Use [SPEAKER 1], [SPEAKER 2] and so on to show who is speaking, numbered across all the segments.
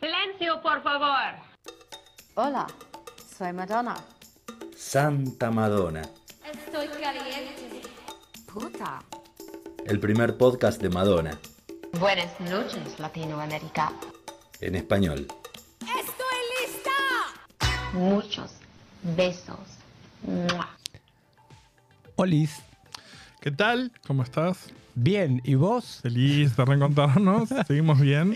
[SPEAKER 1] Silencio, por favor.
[SPEAKER 2] Hola, soy Madonna.
[SPEAKER 3] Santa Madonna.
[SPEAKER 4] Estoy caliente.
[SPEAKER 2] Puta.
[SPEAKER 3] El primer podcast de Madonna.
[SPEAKER 5] Buenas noches, Latinoamérica.
[SPEAKER 3] En español.
[SPEAKER 4] ¡Estoy lista!
[SPEAKER 5] Muchos besos. ¡Mua!
[SPEAKER 6] Olis.
[SPEAKER 7] ¿Qué tal? ¿Cómo estás?
[SPEAKER 6] Bien, ¿y vos?
[SPEAKER 7] Feliz de reencontrarnos. seguimos bien.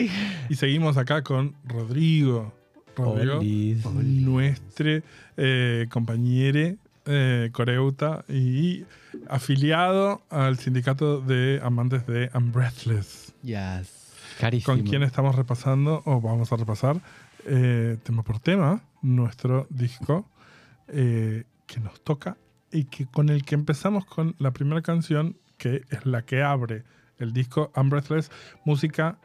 [SPEAKER 7] Y seguimos acá con Rodrigo. Rodrigo,
[SPEAKER 6] Olis.
[SPEAKER 7] nuestro eh, compañero eh, coreuta y afiliado al sindicato de amantes de Unbreathless.
[SPEAKER 8] Yes. Carísimo.
[SPEAKER 7] con quien estamos repasando, o vamos a repasar, eh, tema por tema, nuestro disco eh, que nos toca y que con el que empezamos con la primera canción, que es la que abre el disco Unbreathless, música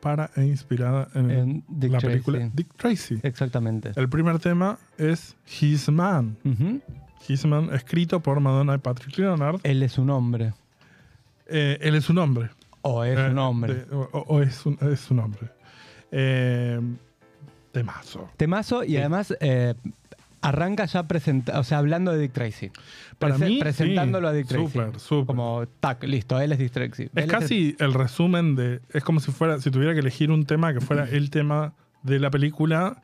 [SPEAKER 7] para e inspirada en,
[SPEAKER 8] En Dick
[SPEAKER 7] la
[SPEAKER 8] Tracy.
[SPEAKER 7] película Dick Tracy.
[SPEAKER 8] Exactamente.
[SPEAKER 7] El primer tema es His Man.
[SPEAKER 8] Ujú.
[SPEAKER 7] His Man, escrito por Madonna y Patrick Leonard.
[SPEAKER 8] Él es un hombre.
[SPEAKER 7] Eh, él es un hombre.
[SPEAKER 8] O es
[SPEAKER 7] Eh,
[SPEAKER 8] un hombre.
[SPEAKER 7] de- o, o es un, es un hombre. Eh, temazo.
[SPEAKER 8] Temazo y además eh, arranca ya presenta, o sea, hablando de Dick Tracy.
[SPEAKER 7] Para
[SPEAKER 8] Prese-
[SPEAKER 7] mí, sí.
[SPEAKER 8] presentándolo a Dick Tracy.
[SPEAKER 7] Súper, súper.
[SPEAKER 8] Como tac, listo, él es Dick Tracy. Él
[SPEAKER 7] Es casi el resumen de. Es como si fuera. Si tuviera que elegir un tema que fuera el tema de la película,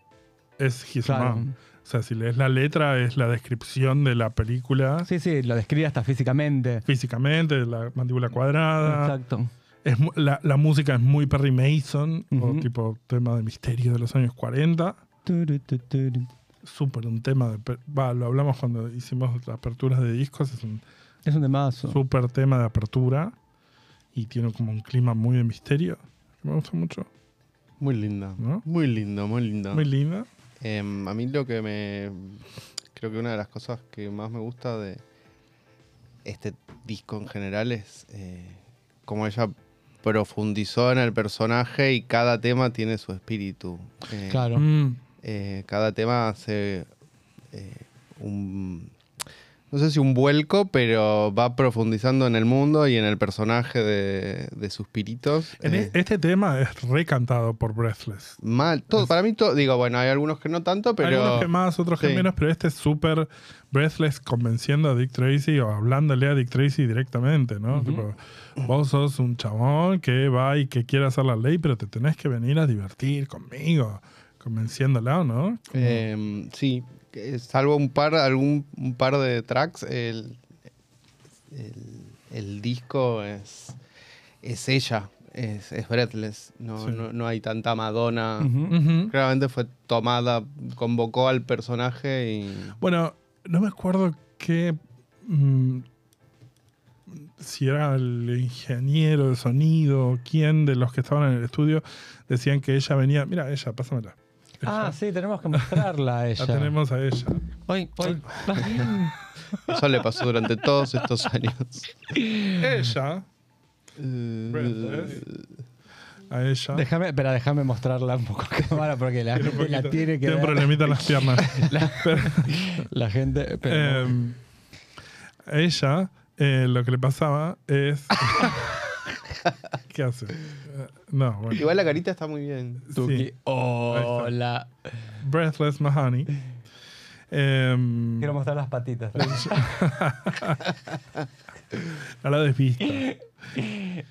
[SPEAKER 7] es His
[SPEAKER 8] Claro.
[SPEAKER 7] Mom. O sea, si lees la letra, es la descripción de la película.
[SPEAKER 8] Sí, sí, lo describe hasta físicamente.
[SPEAKER 7] Físicamente, de la mandíbula cuadrada.
[SPEAKER 8] Exacto.
[SPEAKER 7] Es mu- la, la música es muy Perry Mason,
[SPEAKER 8] Ujú.
[SPEAKER 7] o tipo tema de misterio de los años 40.
[SPEAKER 8] Turu, tu, turu.
[SPEAKER 7] Súper un tema de. per- Va, lo hablamos cuando hicimos las aperturas de discos. Es un
[SPEAKER 8] Es un temazo.
[SPEAKER 7] súper tema de apertura y tiene como un clima muy de misterio. que Me gusta mucho,
[SPEAKER 9] Muy lindo.
[SPEAKER 7] ¿no?
[SPEAKER 9] Muy lindo, muy lindo.
[SPEAKER 7] Muy linda.
[SPEAKER 9] Em, a mí lo que me. Creo que una de las cosas que más me gusta de este disco en general es eh, cómo ella profundizó en el personaje y cada tema tiene su espíritu. Eh,
[SPEAKER 8] Claro.
[SPEAKER 7] Mm,
[SPEAKER 9] eh, cada tema hace eh, un. No sé si un vuelco, pero va profundizando en el mundo y en el personaje de, de sus piritos.
[SPEAKER 7] en
[SPEAKER 9] Eh,
[SPEAKER 7] e- Este tema es recantado por Breathless.
[SPEAKER 9] mal, todo, para mí, todo, digo, bueno, hay algunos que no tanto,
[SPEAKER 7] Hay
[SPEAKER 9] pero.
[SPEAKER 7] Algunos que más, otros que
[SPEAKER 9] sí.
[SPEAKER 7] menos, pero este es súper Breathless convenciendo a Dick Tracy o hablándole a Dick Tracy directamente, ¿no? Tipo, vos sos un chabón que va y que quiere hacer la ley, pero te tenés que venir a divertir conmigo, convenciéndola, ¿no?
[SPEAKER 9] Eh, sí, que- salvo un par, algún un par de tracks, el, el- el disco es, es ella, es, es Breathless. No,
[SPEAKER 7] Sí.
[SPEAKER 9] no, no hay tanta Madonna.
[SPEAKER 8] Ujú.
[SPEAKER 7] Ujú.
[SPEAKER 9] Claramente fue tomada, convocó al personaje y.
[SPEAKER 7] Bueno, no me acuerdo qué. mm, si era el ingeniero de sonido o quién de los que estaban en el estudio decían que ella venía. Mira, ella, pásamela.
[SPEAKER 8] Ah, sí, tenemos que mostrarla a ella.
[SPEAKER 7] La tenemos a ella.
[SPEAKER 8] Hoy, hoy.
[SPEAKER 9] Eso le pasó durante todos estos años.
[SPEAKER 7] Ella. Breathless, A ella.
[SPEAKER 8] Déjame, espera, déjame mostrarla un poco a cámara porque la
[SPEAKER 7] Tiene un
[SPEAKER 8] gente la
[SPEAKER 7] poquito-
[SPEAKER 8] tiene que
[SPEAKER 7] un
[SPEAKER 8] ver.
[SPEAKER 7] problemita en las piernas. Pero-
[SPEAKER 8] La gente. pero-
[SPEAKER 7] Em, a ella eh, lo que le pasaba es. ¿Qué hace? Eh, No, bueno.
[SPEAKER 9] Igual la carita está muy bien.
[SPEAKER 8] Tuki.
[SPEAKER 7] sí.
[SPEAKER 8] Hola.
[SPEAKER 7] Breathless Mahoney. Em,
[SPEAKER 8] Quiero mostrar las patitas.
[SPEAKER 7] Eh, no la desvista.
[SPEAKER 8] Ay,
[SPEAKER 7] Em,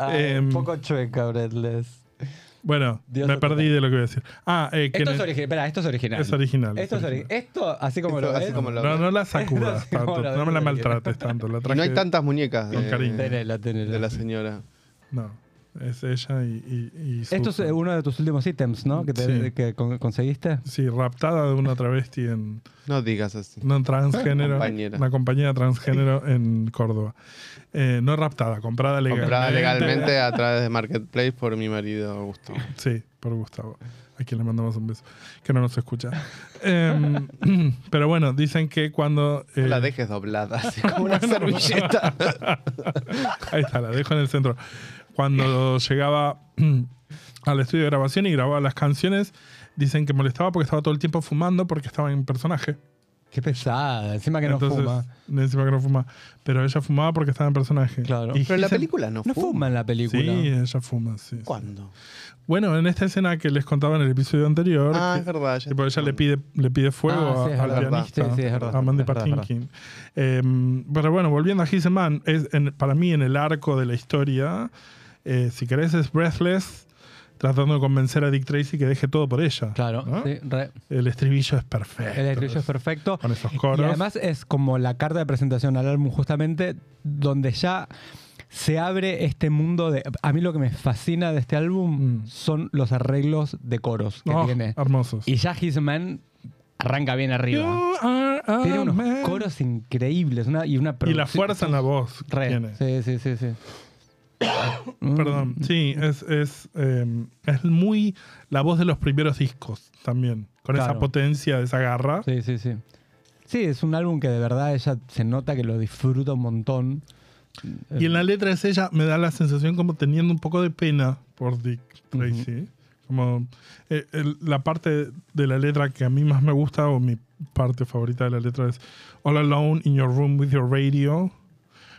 [SPEAKER 8] Ah, un poco chueca, Breathless.
[SPEAKER 7] Bueno,
[SPEAKER 8] Dios
[SPEAKER 7] me
[SPEAKER 8] lo
[SPEAKER 7] perdí
[SPEAKER 8] toca.
[SPEAKER 7] de lo que voy a decir. Ah, eh, que
[SPEAKER 8] Esto
[SPEAKER 7] en
[SPEAKER 8] es,
[SPEAKER 7] el-
[SPEAKER 8] origi- espera, esto es original.
[SPEAKER 7] es original,
[SPEAKER 8] Esto,
[SPEAKER 7] es
[SPEAKER 8] es ori-
[SPEAKER 7] original.
[SPEAKER 8] esto así como
[SPEAKER 9] Esto
[SPEAKER 8] lo
[SPEAKER 9] así
[SPEAKER 8] ves,
[SPEAKER 9] como lo-
[SPEAKER 7] No, no la sacudas
[SPEAKER 8] Así como
[SPEAKER 7] tanto.
[SPEAKER 8] la
[SPEAKER 7] No me la
[SPEAKER 8] ves.
[SPEAKER 7] maltrates tanto. La
[SPEAKER 9] Y no hay
[SPEAKER 7] traje-
[SPEAKER 9] tantas muñecas
[SPEAKER 7] con cariño.
[SPEAKER 9] de,
[SPEAKER 8] eh, Tenela, tenela.
[SPEAKER 9] de la señora.
[SPEAKER 7] No, es ella y. y- y
[SPEAKER 8] Esto es
[SPEAKER 7] Susan.
[SPEAKER 8] eh, uno de tus últimos ítems, ¿no? Que, te-
[SPEAKER 7] Sí.
[SPEAKER 8] que con- conseguiste.
[SPEAKER 7] Sí, raptada de una travesti en.
[SPEAKER 9] No digas así.
[SPEAKER 7] No transgénero.
[SPEAKER 9] Compañera.
[SPEAKER 7] Una compañera transgénero en Córdoba. Eh, no raptada, comprada legalmente.
[SPEAKER 9] Comprada legalmente a través de Marketplace por mi marido Gustavo.
[SPEAKER 7] Sí, por Gustavo, a quien le mandamos un beso, que no nos escucha. Em, pero bueno, dicen que cuando...
[SPEAKER 9] No
[SPEAKER 7] eh,
[SPEAKER 9] la dejes doblada, así como una servilleta.
[SPEAKER 7] Ahí está, la dejo en el centro. Cuando llegaba al estudio de grabación y grababa las canciones, dicen que molestaba porque estaba todo el tiempo fumando porque estaba en personaje.
[SPEAKER 8] Qué pesada, encima que no
[SPEAKER 7] Entonces,
[SPEAKER 8] fuma.
[SPEAKER 7] Encima que no fuma. Pero ella fumaba porque estaba en personaje.
[SPEAKER 8] Claro.
[SPEAKER 7] Y
[SPEAKER 8] Pero
[SPEAKER 9] Pero en la
[SPEAKER 7] Giselle-
[SPEAKER 9] película no,
[SPEAKER 8] No fuma en la película.
[SPEAKER 7] Sí, ella fuma, sí. sí.
[SPEAKER 9] ¿Cuándo?
[SPEAKER 7] Bueno, en esta escena que les contaba en el episodio anterior,
[SPEAKER 9] Ah,
[SPEAKER 7] que-
[SPEAKER 9] es verdad. ya
[SPEAKER 7] tipo, ella
[SPEAKER 9] estoy
[SPEAKER 7] le
[SPEAKER 9] fumando.
[SPEAKER 7] pide, le pide fuego
[SPEAKER 8] Ah, sí, es
[SPEAKER 7] a- al
[SPEAKER 8] verdad.
[SPEAKER 7] pianista,
[SPEAKER 8] Sí, sí, es verdad,
[SPEAKER 7] a Mandy
[SPEAKER 8] es verdad, es verdad.
[SPEAKER 7] Patinkin. Eh, pero bueno, volviendo a Giseman, es en- para mí en el arco de la historia, eh, si querés, es Breathless tratando de convencer a Dick Tracy que deje todo por ella.
[SPEAKER 8] Claro,
[SPEAKER 7] ¿no?
[SPEAKER 8] sí, re.
[SPEAKER 7] El estribillo es perfecto.
[SPEAKER 8] el estribillo es perfecto.
[SPEAKER 7] Con esos coros.
[SPEAKER 8] Y además es como la carta de presentación al álbum, justamente, donde ya se abre este mundo de. A mí lo que me fascina de este álbum
[SPEAKER 7] Mm.
[SPEAKER 8] son los arreglos de coros que
[SPEAKER 7] Oh,
[SPEAKER 8] tiene.
[SPEAKER 7] Hermosos.
[SPEAKER 8] Y ya His Man arranca bien arriba.
[SPEAKER 7] You are a
[SPEAKER 8] tiene unos
[SPEAKER 7] man.
[SPEAKER 8] coros increíbles una, y una
[SPEAKER 7] Y la
[SPEAKER 8] producción-
[SPEAKER 7] fuerza en la voz que
[SPEAKER 8] Re.
[SPEAKER 7] tiene.
[SPEAKER 8] Sí, sí, sí, sí. Mm.
[SPEAKER 7] Perdón, sí, es, es, eh, es muy la voz de los primeros discos también, con esa
[SPEAKER 8] Claro.
[SPEAKER 7] potencia, esa garra.
[SPEAKER 8] Sí, sí, sí. Sí, es un álbum que de verdad ella se nota que lo disfruta un montón.
[SPEAKER 7] Y en la letra es ella, me da la sensación como teniendo un poco de pena por Dick Tracy. Como eh, el- la parte de la letra que a mí más me gusta o mi parte favorita de la letra es All alone in your room with your radio,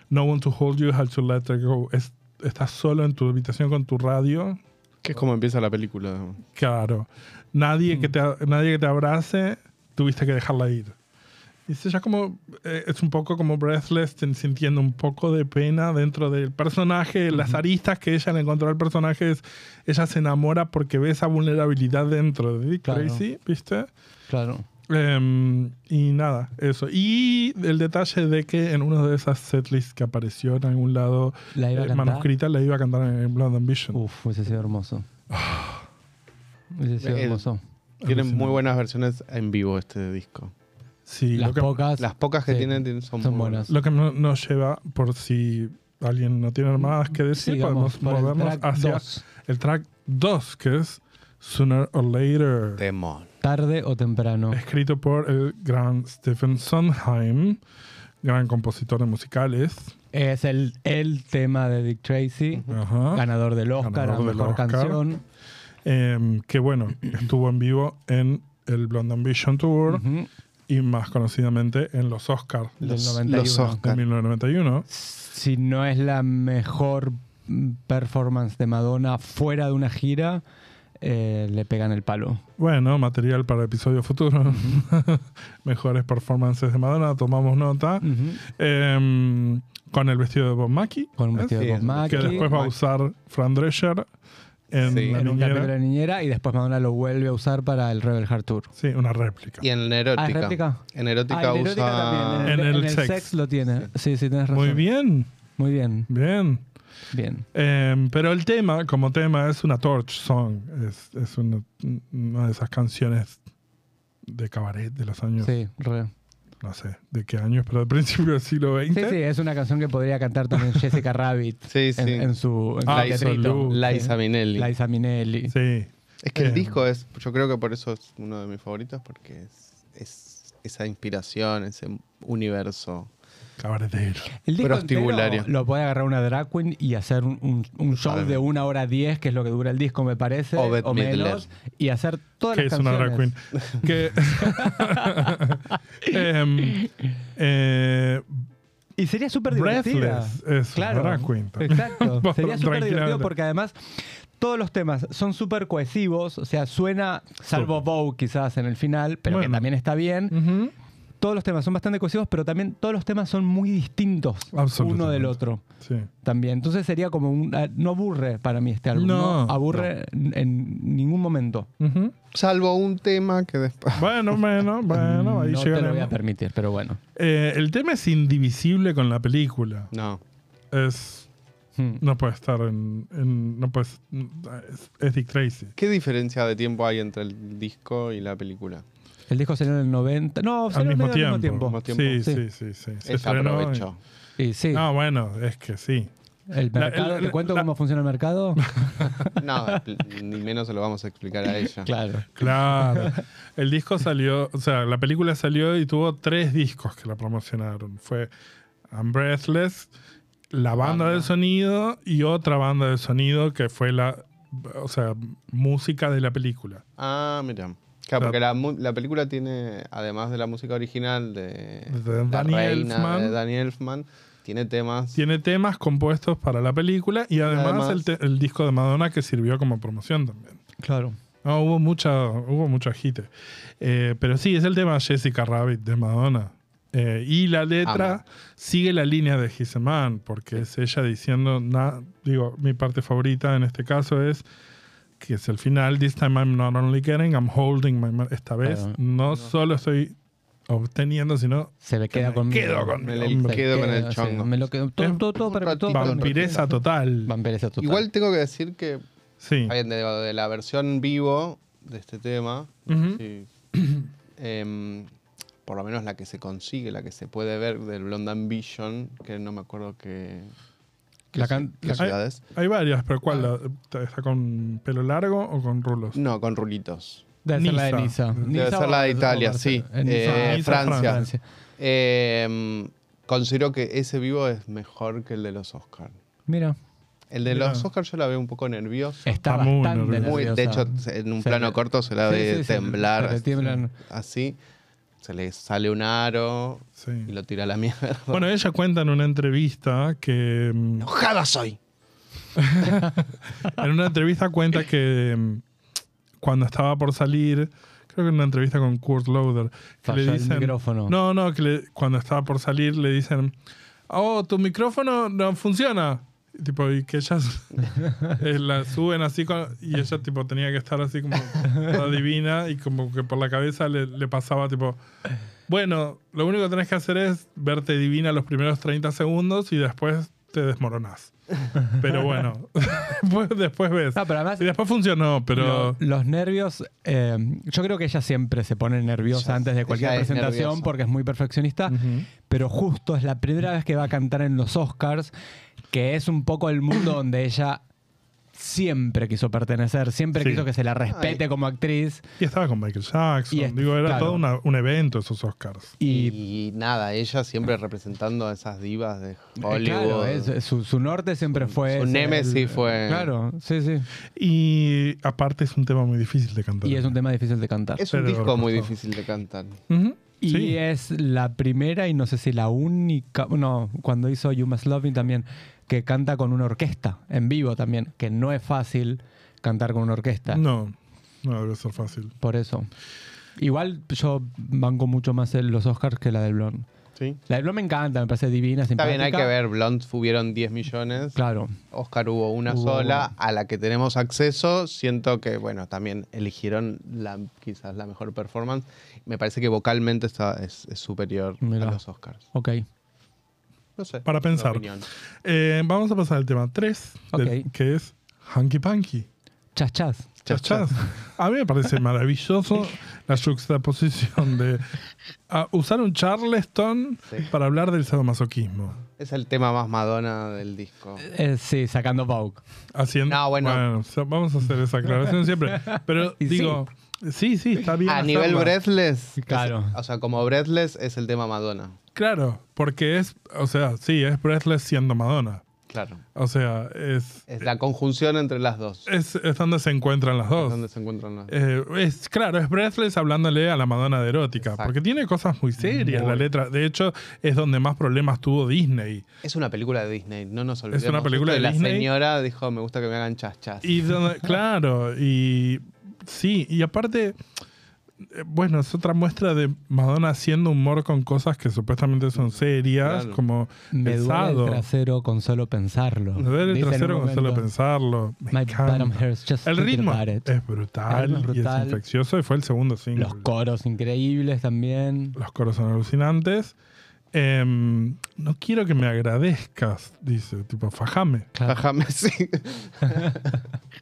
[SPEAKER 7] no one to hold you, had to let her go. Es- estás solo en tu habitación con tu radio,
[SPEAKER 9] Que es como empieza la película.
[SPEAKER 7] Ah, Claro. Nadie,
[SPEAKER 8] Mm.
[SPEAKER 7] que, te, nadie que te abrace, tuviste que dejarla ir. Y es ya como, eh, es un poco como Breathless, ten- sintiendo un poco de pena dentro del personaje, las aristas que ella le encontró al personaje, es, ella se enamora porque ve esa vulnerabilidad dentro de Dick
[SPEAKER 8] Claro.
[SPEAKER 7] Tracy, ¿viste?
[SPEAKER 8] Claro.
[SPEAKER 7] Em, y nada, eso. Y el detalle de que en una de esas setlists que apareció en algún lado
[SPEAKER 8] La iba a
[SPEAKER 7] eh,
[SPEAKER 8] cantar. Uh,
[SPEAKER 7] manuscrita, la iba a cantar en Blood Ambition.
[SPEAKER 8] Uf, hubiese sido hermoso. Ah. Hubiese sido
[SPEAKER 9] El-
[SPEAKER 8] hermoso.
[SPEAKER 9] Tienen muy buenas versiones en vivo este disco.
[SPEAKER 7] sí,
[SPEAKER 8] Las
[SPEAKER 7] lo que-
[SPEAKER 8] pocas.
[SPEAKER 9] Las pocas que
[SPEAKER 8] sí,
[SPEAKER 9] tienen tienen- son,
[SPEAKER 8] son
[SPEAKER 9] muy
[SPEAKER 8] buenas.
[SPEAKER 7] Lo que no- nos lleva, por si alguien no tiene nada más que decir,
[SPEAKER 8] Sigamos por
[SPEAKER 7] podemos
[SPEAKER 8] el
[SPEAKER 7] movernos
[SPEAKER 8] track
[SPEAKER 7] hacia
[SPEAKER 8] dos.
[SPEAKER 7] el track 2, que es Sooner or Later,
[SPEAKER 9] Demon.
[SPEAKER 8] Tarde o temprano.
[SPEAKER 7] escrito por el gran Stephen Sondheim, gran compositor de musicales.
[SPEAKER 8] Es el, el tema de Dick Tracy,
[SPEAKER 7] Ajá.
[SPEAKER 8] ganador del Oscar
[SPEAKER 7] Ah. Ganador
[SPEAKER 8] a
[SPEAKER 7] del
[SPEAKER 8] mejor
[SPEAKER 7] Oscar.
[SPEAKER 8] canción.
[SPEAKER 7] Em, que bueno, estuvo en vivo en el Blonde Ambition Tour
[SPEAKER 8] Ujú,
[SPEAKER 7] y más conocidamente en los Oscars
[SPEAKER 8] Del
[SPEAKER 9] Los-
[SPEAKER 8] 91.
[SPEAKER 9] los
[SPEAKER 7] de
[SPEAKER 9] Oscar.
[SPEAKER 7] 1991.
[SPEAKER 8] Si no es la mejor mm, performance de Madonna fuera de una gira, eh, le pegan el palo.
[SPEAKER 7] Bueno, material para episodios futuros. Mejores performances de Madonna, tomamos nota.
[SPEAKER 8] Ujú.
[SPEAKER 7] Em, con el vestido de Bob Mackie,
[SPEAKER 8] Con un vestido
[SPEAKER 9] sí,
[SPEAKER 8] de
[SPEAKER 9] es-
[SPEAKER 8] Bob
[SPEAKER 9] que
[SPEAKER 8] Mackie,
[SPEAKER 7] Ah, que después va a
[SPEAKER 9] Mackie.
[SPEAKER 7] usar Fran Drescher en
[SPEAKER 9] Sí,
[SPEAKER 7] la
[SPEAKER 8] en un capítulo de
[SPEAKER 7] niñera.
[SPEAKER 8] la niñera y después Madonna lo vuelve a usar para el Rebel Heart Tour.
[SPEAKER 7] Sí, una réplica.
[SPEAKER 9] Y en
[SPEAKER 8] Ah, ¿es
[SPEAKER 9] erótica.
[SPEAKER 8] réplica?
[SPEAKER 9] En
[SPEAKER 8] Ah,
[SPEAKER 9] erótica
[SPEAKER 8] en
[SPEAKER 9] usa.
[SPEAKER 8] erótica también. ¿eh?
[SPEAKER 7] En
[SPEAKER 8] En,
[SPEAKER 7] el
[SPEAKER 8] el, en el
[SPEAKER 7] sex.
[SPEAKER 8] sex. lo tiene. Sí, sí, tienes razón.
[SPEAKER 7] Muy bien,
[SPEAKER 8] Muy bien,
[SPEAKER 7] bien.
[SPEAKER 8] bien.
[SPEAKER 7] Em, pero el tema, como tema, es una torch song. Es, es una, una de esas canciones de cabaret de los años,
[SPEAKER 8] Sí, re.
[SPEAKER 7] no sé de qué años, pero del principio del siglo XX.
[SPEAKER 8] Sí, sí, es una canción que podría cantar también Jessica Rabbit
[SPEAKER 9] Sí, sí.
[SPEAKER 8] en, en su en su
[SPEAKER 7] Ah,
[SPEAKER 8] teatrito.
[SPEAKER 7] absoluto.
[SPEAKER 9] Liza Minnelli.
[SPEAKER 8] Liza Minnelli.
[SPEAKER 7] Sí.
[SPEAKER 9] Es que el
[SPEAKER 7] Eh,
[SPEAKER 9] disco es, yo creo que por eso es uno de mis favoritos, porque es, es esa inspiración, ese universo.
[SPEAKER 7] Cabaretero.
[SPEAKER 8] El disco
[SPEAKER 9] Prostibulario.
[SPEAKER 8] entero lo puede agarrar una drag queen y hacer un, un- un show de una hora diez, que es lo que dura el disco, me parece,
[SPEAKER 9] O
[SPEAKER 8] o,
[SPEAKER 9] Bette Midler.
[SPEAKER 8] menos, y hacer todas
[SPEAKER 7] que
[SPEAKER 8] las
[SPEAKER 7] es una drag queen.
[SPEAKER 8] canciones.
[SPEAKER 7] Que, Em, eh,
[SPEAKER 8] Y sería súper divertida.
[SPEAKER 7] Breathless es
[SPEAKER 8] Claro.
[SPEAKER 7] una drag queen también.
[SPEAKER 8] Exacto. Sería súper
[SPEAKER 7] Tranquilamente.
[SPEAKER 8] divertido porque además todos los temas son súper cohesivos. O sea, suena, salvo Bow quizás en el final, pero que
[SPEAKER 7] Bueno. Mm.
[SPEAKER 8] también está bien.
[SPEAKER 7] Ujú.
[SPEAKER 8] Todos los temas son bastante cohesivos, pero también todos los temas son muy distintos uno
[SPEAKER 7] Absolutamente.
[SPEAKER 8] del otro
[SPEAKER 7] Sí.
[SPEAKER 8] también. Entonces sería como un... ah, No aburre para mí este álbum.
[SPEAKER 7] No,
[SPEAKER 8] No, aburre en ningún momento.
[SPEAKER 7] Ujú.
[SPEAKER 9] Salvo un tema que después.
[SPEAKER 7] Bueno, bueno, bueno, ahí em-
[SPEAKER 8] no te lo voy a
[SPEAKER 7] llegan. Eh,
[SPEAKER 8] permitir, pero bueno.
[SPEAKER 7] el tema es indivisible con la película.
[SPEAKER 9] No.
[SPEAKER 7] Es
[SPEAKER 8] Hmm.
[SPEAKER 7] no puede estar en, en- no puede es, es Dick Tracy.
[SPEAKER 9] ¿Qué diferencia de tiempo hay entre el disco y la película?
[SPEAKER 8] El disco salió en el 90... No,
[SPEAKER 7] Al
[SPEAKER 8] salió
[SPEAKER 7] mismo,
[SPEAKER 8] medio
[SPEAKER 7] tiempo.
[SPEAKER 8] al mismo tiempo.
[SPEAKER 9] tiempo.
[SPEAKER 7] Sí, sí,
[SPEAKER 8] Sí.
[SPEAKER 7] sí, sí. Se
[SPEAKER 9] Es
[SPEAKER 7] estrenó y-
[SPEAKER 9] aprovecho.
[SPEAKER 8] Y sí,
[SPEAKER 7] No, bueno, es que sí.
[SPEAKER 8] el
[SPEAKER 7] la-
[SPEAKER 8] mercado...
[SPEAKER 7] la-
[SPEAKER 8] ¿Te cuento
[SPEAKER 7] la-
[SPEAKER 8] cómo funciona el mercado?
[SPEAKER 9] No, ni menos se lo vamos a explicar a ella.
[SPEAKER 8] claro.
[SPEAKER 7] Claro. El disco salió, o sea, la película salió y tuvo tres discos que la promocionaron. Fue I'm Breathless, la banda de sonido y otra banda de sonido que fue la, o sea, música de la película.
[SPEAKER 9] Ah, mira. Claro, porque la, mu- la película tiene, además de la música original de,
[SPEAKER 7] De
[SPEAKER 9] la
[SPEAKER 7] Danny
[SPEAKER 9] reina
[SPEAKER 7] Elfman.
[SPEAKER 9] de Danny Elfman, tiene temas.
[SPEAKER 7] Tiene temas compuestos para la película y además,
[SPEAKER 9] Además-
[SPEAKER 7] el, te- el disco de Madonna que sirvió como promoción también.
[SPEAKER 8] Claro.
[SPEAKER 7] No, hubo mucha, hubo mucho agite. Eh, pero sí, es el tema Jessica Rabbit de Madonna. Eh, y la letra
[SPEAKER 9] Amo.
[SPEAKER 7] sigue la línea de His a Man, porque es ella diciendo, na- digo, mi parte favorita en este caso es que es el final, this time I'm not only getting, I'm holding my man. Esta vez
[SPEAKER 8] Claro.
[SPEAKER 7] no, solo estoy obteniendo, sino
[SPEAKER 8] Se le queda
[SPEAKER 7] me
[SPEAKER 8] conmigo.
[SPEAKER 7] quedo con
[SPEAKER 9] Me
[SPEAKER 7] mi
[SPEAKER 9] le
[SPEAKER 7] hombre.
[SPEAKER 9] quedo con el
[SPEAKER 8] sí,
[SPEAKER 9] chongo.
[SPEAKER 8] me lo quedo- todo,
[SPEAKER 7] Es
[SPEAKER 8] todo, todo
[SPEAKER 9] un
[SPEAKER 8] para- todo
[SPEAKER 9] ratito.
[SPEAKER 8] para mí.
[SPEAKER 7] Vampireza total.
[SPEAKER 8] Vampireza total.
[SPEAKER 9] Igual tengo que decir que,
[SPEAKER 7] Sí.
[SPEAKER 9] está bien, de, de la versión vivo de este tema,
[SPEAKER 7] Ujú.
[SPEAKER 9] sí, em, por lo menos la que se consigue, la que se puede ver del Blonde Ambition, que no me acuerdo qué, qué
[SPEAKER 8] La
[SPEAKER 9] ci-
[SPEAKER 8] can-
[SPEAKER 9] qué
[SPEAKER 8] la-
[SPEAKER 9] ciudad es.
[SPEAKER 7] Hay varias, pero ¿cuál? ¿La- ¿Está con pelo largo o con rulos?
[SPEAKER 9] Ah. No, con rulitos.
[SPEAKER 8] Debe ser la de
[SPEAKER 7] Niza.
[SPEAKER 8] Niza.
[SPEAKER 7] Debe
[SPEAKER 9] Debe ser la de Italia, sí. Eh,
[SPEAKER 7] Niza,
[SPEAKER 9] Francia.
[SPEAKER 8] Francia.
[SPEAKER 9] Em, considero que ese vivo es mejor que el de los Oscars.
[SPEAKER 8] Mira,
[SPEAKER 9] El de
[SPEAKER 7] Mirá.
[SPEAKER 9] los Oscars yo la veo un poco nerviosa.
[SPEAKER 8] está,
[SPEAKER 7] Está muy
[SPEAKER 8] bastante
[SPEAKER 7] nerviosa.
[SPEAKER 9] Muy, de
[SPEAKER 8] nerviosa.
[SPEAKER 9] hecho, en un
[SPEAKER 8] Se
[SPEAKER 9] plano
[SPEAKER 8] le-
[SPEAKER 9] corto se la
[SPEAKER 8] Sí,
[SPEAKER 9] ve
[SPEAKER 8] sí, se le-
[SPEAKER 9] temblar.
[SPEAKER 8] se le tiemblan.
[SPEAKER 9] Así. Se le sale un aro
[SPEAKER 7] Sí.
[SPEAKER 9] y lo tira a la mierda.
[SPEAKER 7] Bueno, ella cuenta en una entrevista que. mm,
[SPEAKER 9] ¡Enojada soy!
[SPEAKER 7] En una entrevista cuenta que mm, cuando estaba por salir, creo que en una entrevista con Kurt Loder, que
[SPEAKER 8] Falló el micrófono.
[SPEAKER 7] No, no, que le- cuando estaba por salir le dicen, oh, tu micrófono no funciona. Y Tipo, y que ellas eh, la suben así con- y ella tipo tenía que estar así como toda divina y como que por la cabeza le, le pasaba tipo, bueno, lo único que tenés que hacer es verte divina los primeros 30 segundos y después te desmoronás. Pero bueno, después, después ves.
[SPEAKER 8] Ah, pero además-
[SPEAKER 7] y después funcionó, pero...
[SPEAKER 8] Lo- los nervios, eh, yo creo que ella siempre se pone nerviosa
[SPEAKER 9] Ella-
[SPEAKER 8] antes de cualquier
[SPEAKER 9] ella es
[SPEAKER 8] presentación
[SPEAKER 9] nerviosa.
[SPEAKER 8] porque es muy perfeccionista, pero justo es la primera vez que va a cantar en los Oscars, que es un poco el mundo donde ella siempre quiso pertenecer, siempre
[SPEAKER 7] Sí.
[SPEAKER 8] quiso que se la respete como actriz
[SPEAKER 7] Y estaba con Michael Jackson.
[SPEAKER 8] Y es-
[SPEAKER 7] Digo, era
[SPEAKER 8] claro.
[SPEAKER 7] todo una- un evento esos Oscars.
[SPEAKER 8] y...
[SPEAKER 9] Y, nada, ella siempre representando a esas divas de
[SPEAKER 8] eh,
[SPEAKER 9] Hollywood.
[SPEAKER 8] Claro, es- su, su norte siempre fue...
[SPEAKER 9] su
[SPEAKER 8] ese,
[SPEAKER 9] némesis
[SPEAKER 8] el-
[SPEAKER 9] fue-
[SPEAKER 8] Claro, sí, sí.
[SPEAKER 7] Y aparte es un tema muy difícil de cantar.
[SPEAKER 8] Y es un tema difícil de cantar.
[SPEAKER 9] Es un
[SPEAKER 7] Pero,
[SPEAKER 9] disco muy
[SPEAKER 7] por favor.
[SPEAKER 9] difícil de cantar.
[SPEAKER 7] Ujú,
[SPEAKER 8] Y
[SPEAKER 7] sí.
[SPEAKER 8] es la primera y no sé si la única, no, cuando hizo You Must Love Me también, que canta con una orquesta en vivo también, que no es fácil cantar con una orquesta.
[SPEAKER 7] No, no debe ser fácil.
[SPEAKER 8] Por eso. Igual yo banco mucho más el- los Oscars que la del Blond.
[SPEAKER 9] Sí.
[SPEAKER 8] La del Blond me encanta, me parece divina,
[SPEAKER 9] Está
[SPEAKER 8] simpática.
[SPEAKER 9] bien, hay que ver. Blonde hubieron 10 millones.
[SPEAKER 8] Claro.
[SPEAKER 9] Oscar hubo una
[SPEAKER 8] Hubo
[SPEAKER 9] sola a la que tenemos acceso. Siento que, bueno, también eligieron la, quizás la mejor performance. Me parece que vocalmente está, es, es superior
[SPEAKER 8] Mirá.
[SPEAKER 9] a los Oscars.
[SPEAKER 8] Ok.
[SPEAKER 9] No sé.
[SPEAKER 7] Para
[SPEAKER 9] una
[SPEAKER 7] pensar.
[SPEAKER 9] opinión.
[SPEAKER 7] Eh, vamos a pasar al tema 3,
[SPEAKER 8] Ok.
[SPEAKER 7] que es Hanky Panky.
[SPEAKER 8] Chas, chas.
[SPEAKER 7] Chas, chas. A mí me parece maravilloso la juxtaposición de ah, usar un charleston
[SPEAKER 9] Sí.
[SPEAKER 7] para hablar del sadomasoquismo.
[SPEAKER 9] Es el tema más Madonna del disco.
[SPEAKER 8] Eh, sí, sacando Vogue.
[SPEAKER 7] Haciendo,
[SPEAKER 9] No, bueno.
[SPEAKER 7] o sea, vamos a hacer esa aclaración siempre. Pero
[SPEAKER 8] Y sí.
[SPEAKER 7] digo, sí, sí, está bien.
[SPEAKER 9] A nivel
[SPEAKER 7] hacerla.
[SPEAKER 9] Breathless. es-
[SPEAKER 8] Claro.
[SPEAKER 9] o sea, como Breathless es el tema Madonna.
[SPEAKER 7] Claro, porque es, o sea, sí, es Breathless siendo Madonna.
[SPEAKER 9] Claro.
[SPEAKER 7] O sea, es,
[SPEAKER 9] Es la conjunción entre las dos.
[SPEAKER 7] es, es donde se encuentran las
[SPEAKER 9] Es
[SPEAKER 7] dos.
[SPEAKER 9] donde se encuentran las
[SPEAKER 7] Eh, es claro, es Breathless hablándole a la Madonna de erótica,
[SPEAKER 9] Exacto.
[SPEAKER 7] porque tiene cosas muy serias la letra. De hecho, es donde más problemas tuvo Disney.
[SPEAKER 9] Es una película de Disney, no nos olvidemos.
[SPEAKER 7] una película
[SPEAKER 9] Esto
[SPEAKER 7] de Disney.
[SPEAKER 9] La señora dijo, me gusta que me hagan chas chas.
[SPEAKER 7] Y donde- claro, y sí, y aparte, eh, bueno, es otra muestra de Madonna haciendo humor con cosas que supuestamente son serias,
[SPEAKER 9] Claro.
[SPEAKER 7] como
[SPEAKER 8] Me
[SPEAKER 7] el
[SPEAKER 8] duele
[SPEAKER 7] sado.
[SPEAKER 8] el trasero con solo pensarlo.
[SPEAKER 7] Me duele el
[SPEAKER 8] Dice en un
[SPEAKER 7] trasero con solo
[SPEAKER 8] momento.
[SPEAKER 7] pensarlo. Me
[SPEAKER 8] My
[SPEAKER 7] encanta.
[SPEAKER 8] bottom hurts just
[SPEAKER 7] El
[SPEAKER 8] thinking
[SPEAKER 7] ritmo
[SPEAKER 8] about it.
[SPEAKER 7] es brutal,
[SPEAKER 8] El ritmo es
[SPEAKER 7] y
[SPEAKER 8] brutal.
[SPEAKER 7] es infeccioso y fue el segundo single.
[SPEAKER 8] Los coros increíbles también.
[SPEAKER 7] Los coros son alucinantes. Em, no quiero que me agradezcas, dice, tipo, fajame.
[SPEAKER 9] Fájame, sí.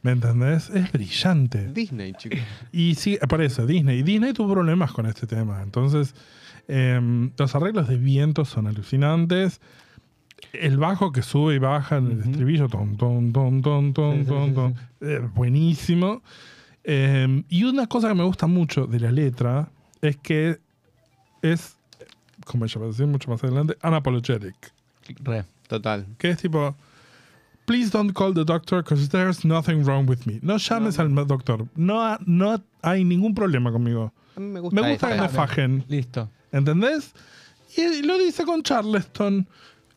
[SPEAKER 7] ¿Me entendés? Es brillante.
[SPEAKER 9] Disney, chicos.
[SPEAKER 7] Y sí, por eso, Disney. Disney tuvo problemas con este tema. Entonces, em, los arreglos de viento son alucinantes. El bajo que sube y baja en el estribillo, ton, ton, ton, ton, ton, ton, ton, eh, buenísimo. Em, y una cosa que me gusta mucho de la letra es que es, como ya va a decir mucho más adelante, unapologetic.
[SPEAKER 8] Re.
[SPEAKER 9] Total.
[SPEAKER 7] Que es tipo, Please don't call the doctor because there's nothing wrong with me. No llames al doctor. No, ha- no hay ningún problema conmigo.
[SPEAKER 9] A mí me gusta,
[SPEAKER 7] Me gusta que
[SPEAKER 9] esta.
[SPEAKER 7] me fajen.
[SPEAKER 8] Listo.
[SPEAKER 7] ¿Entendés? Y lo dice con Charleston.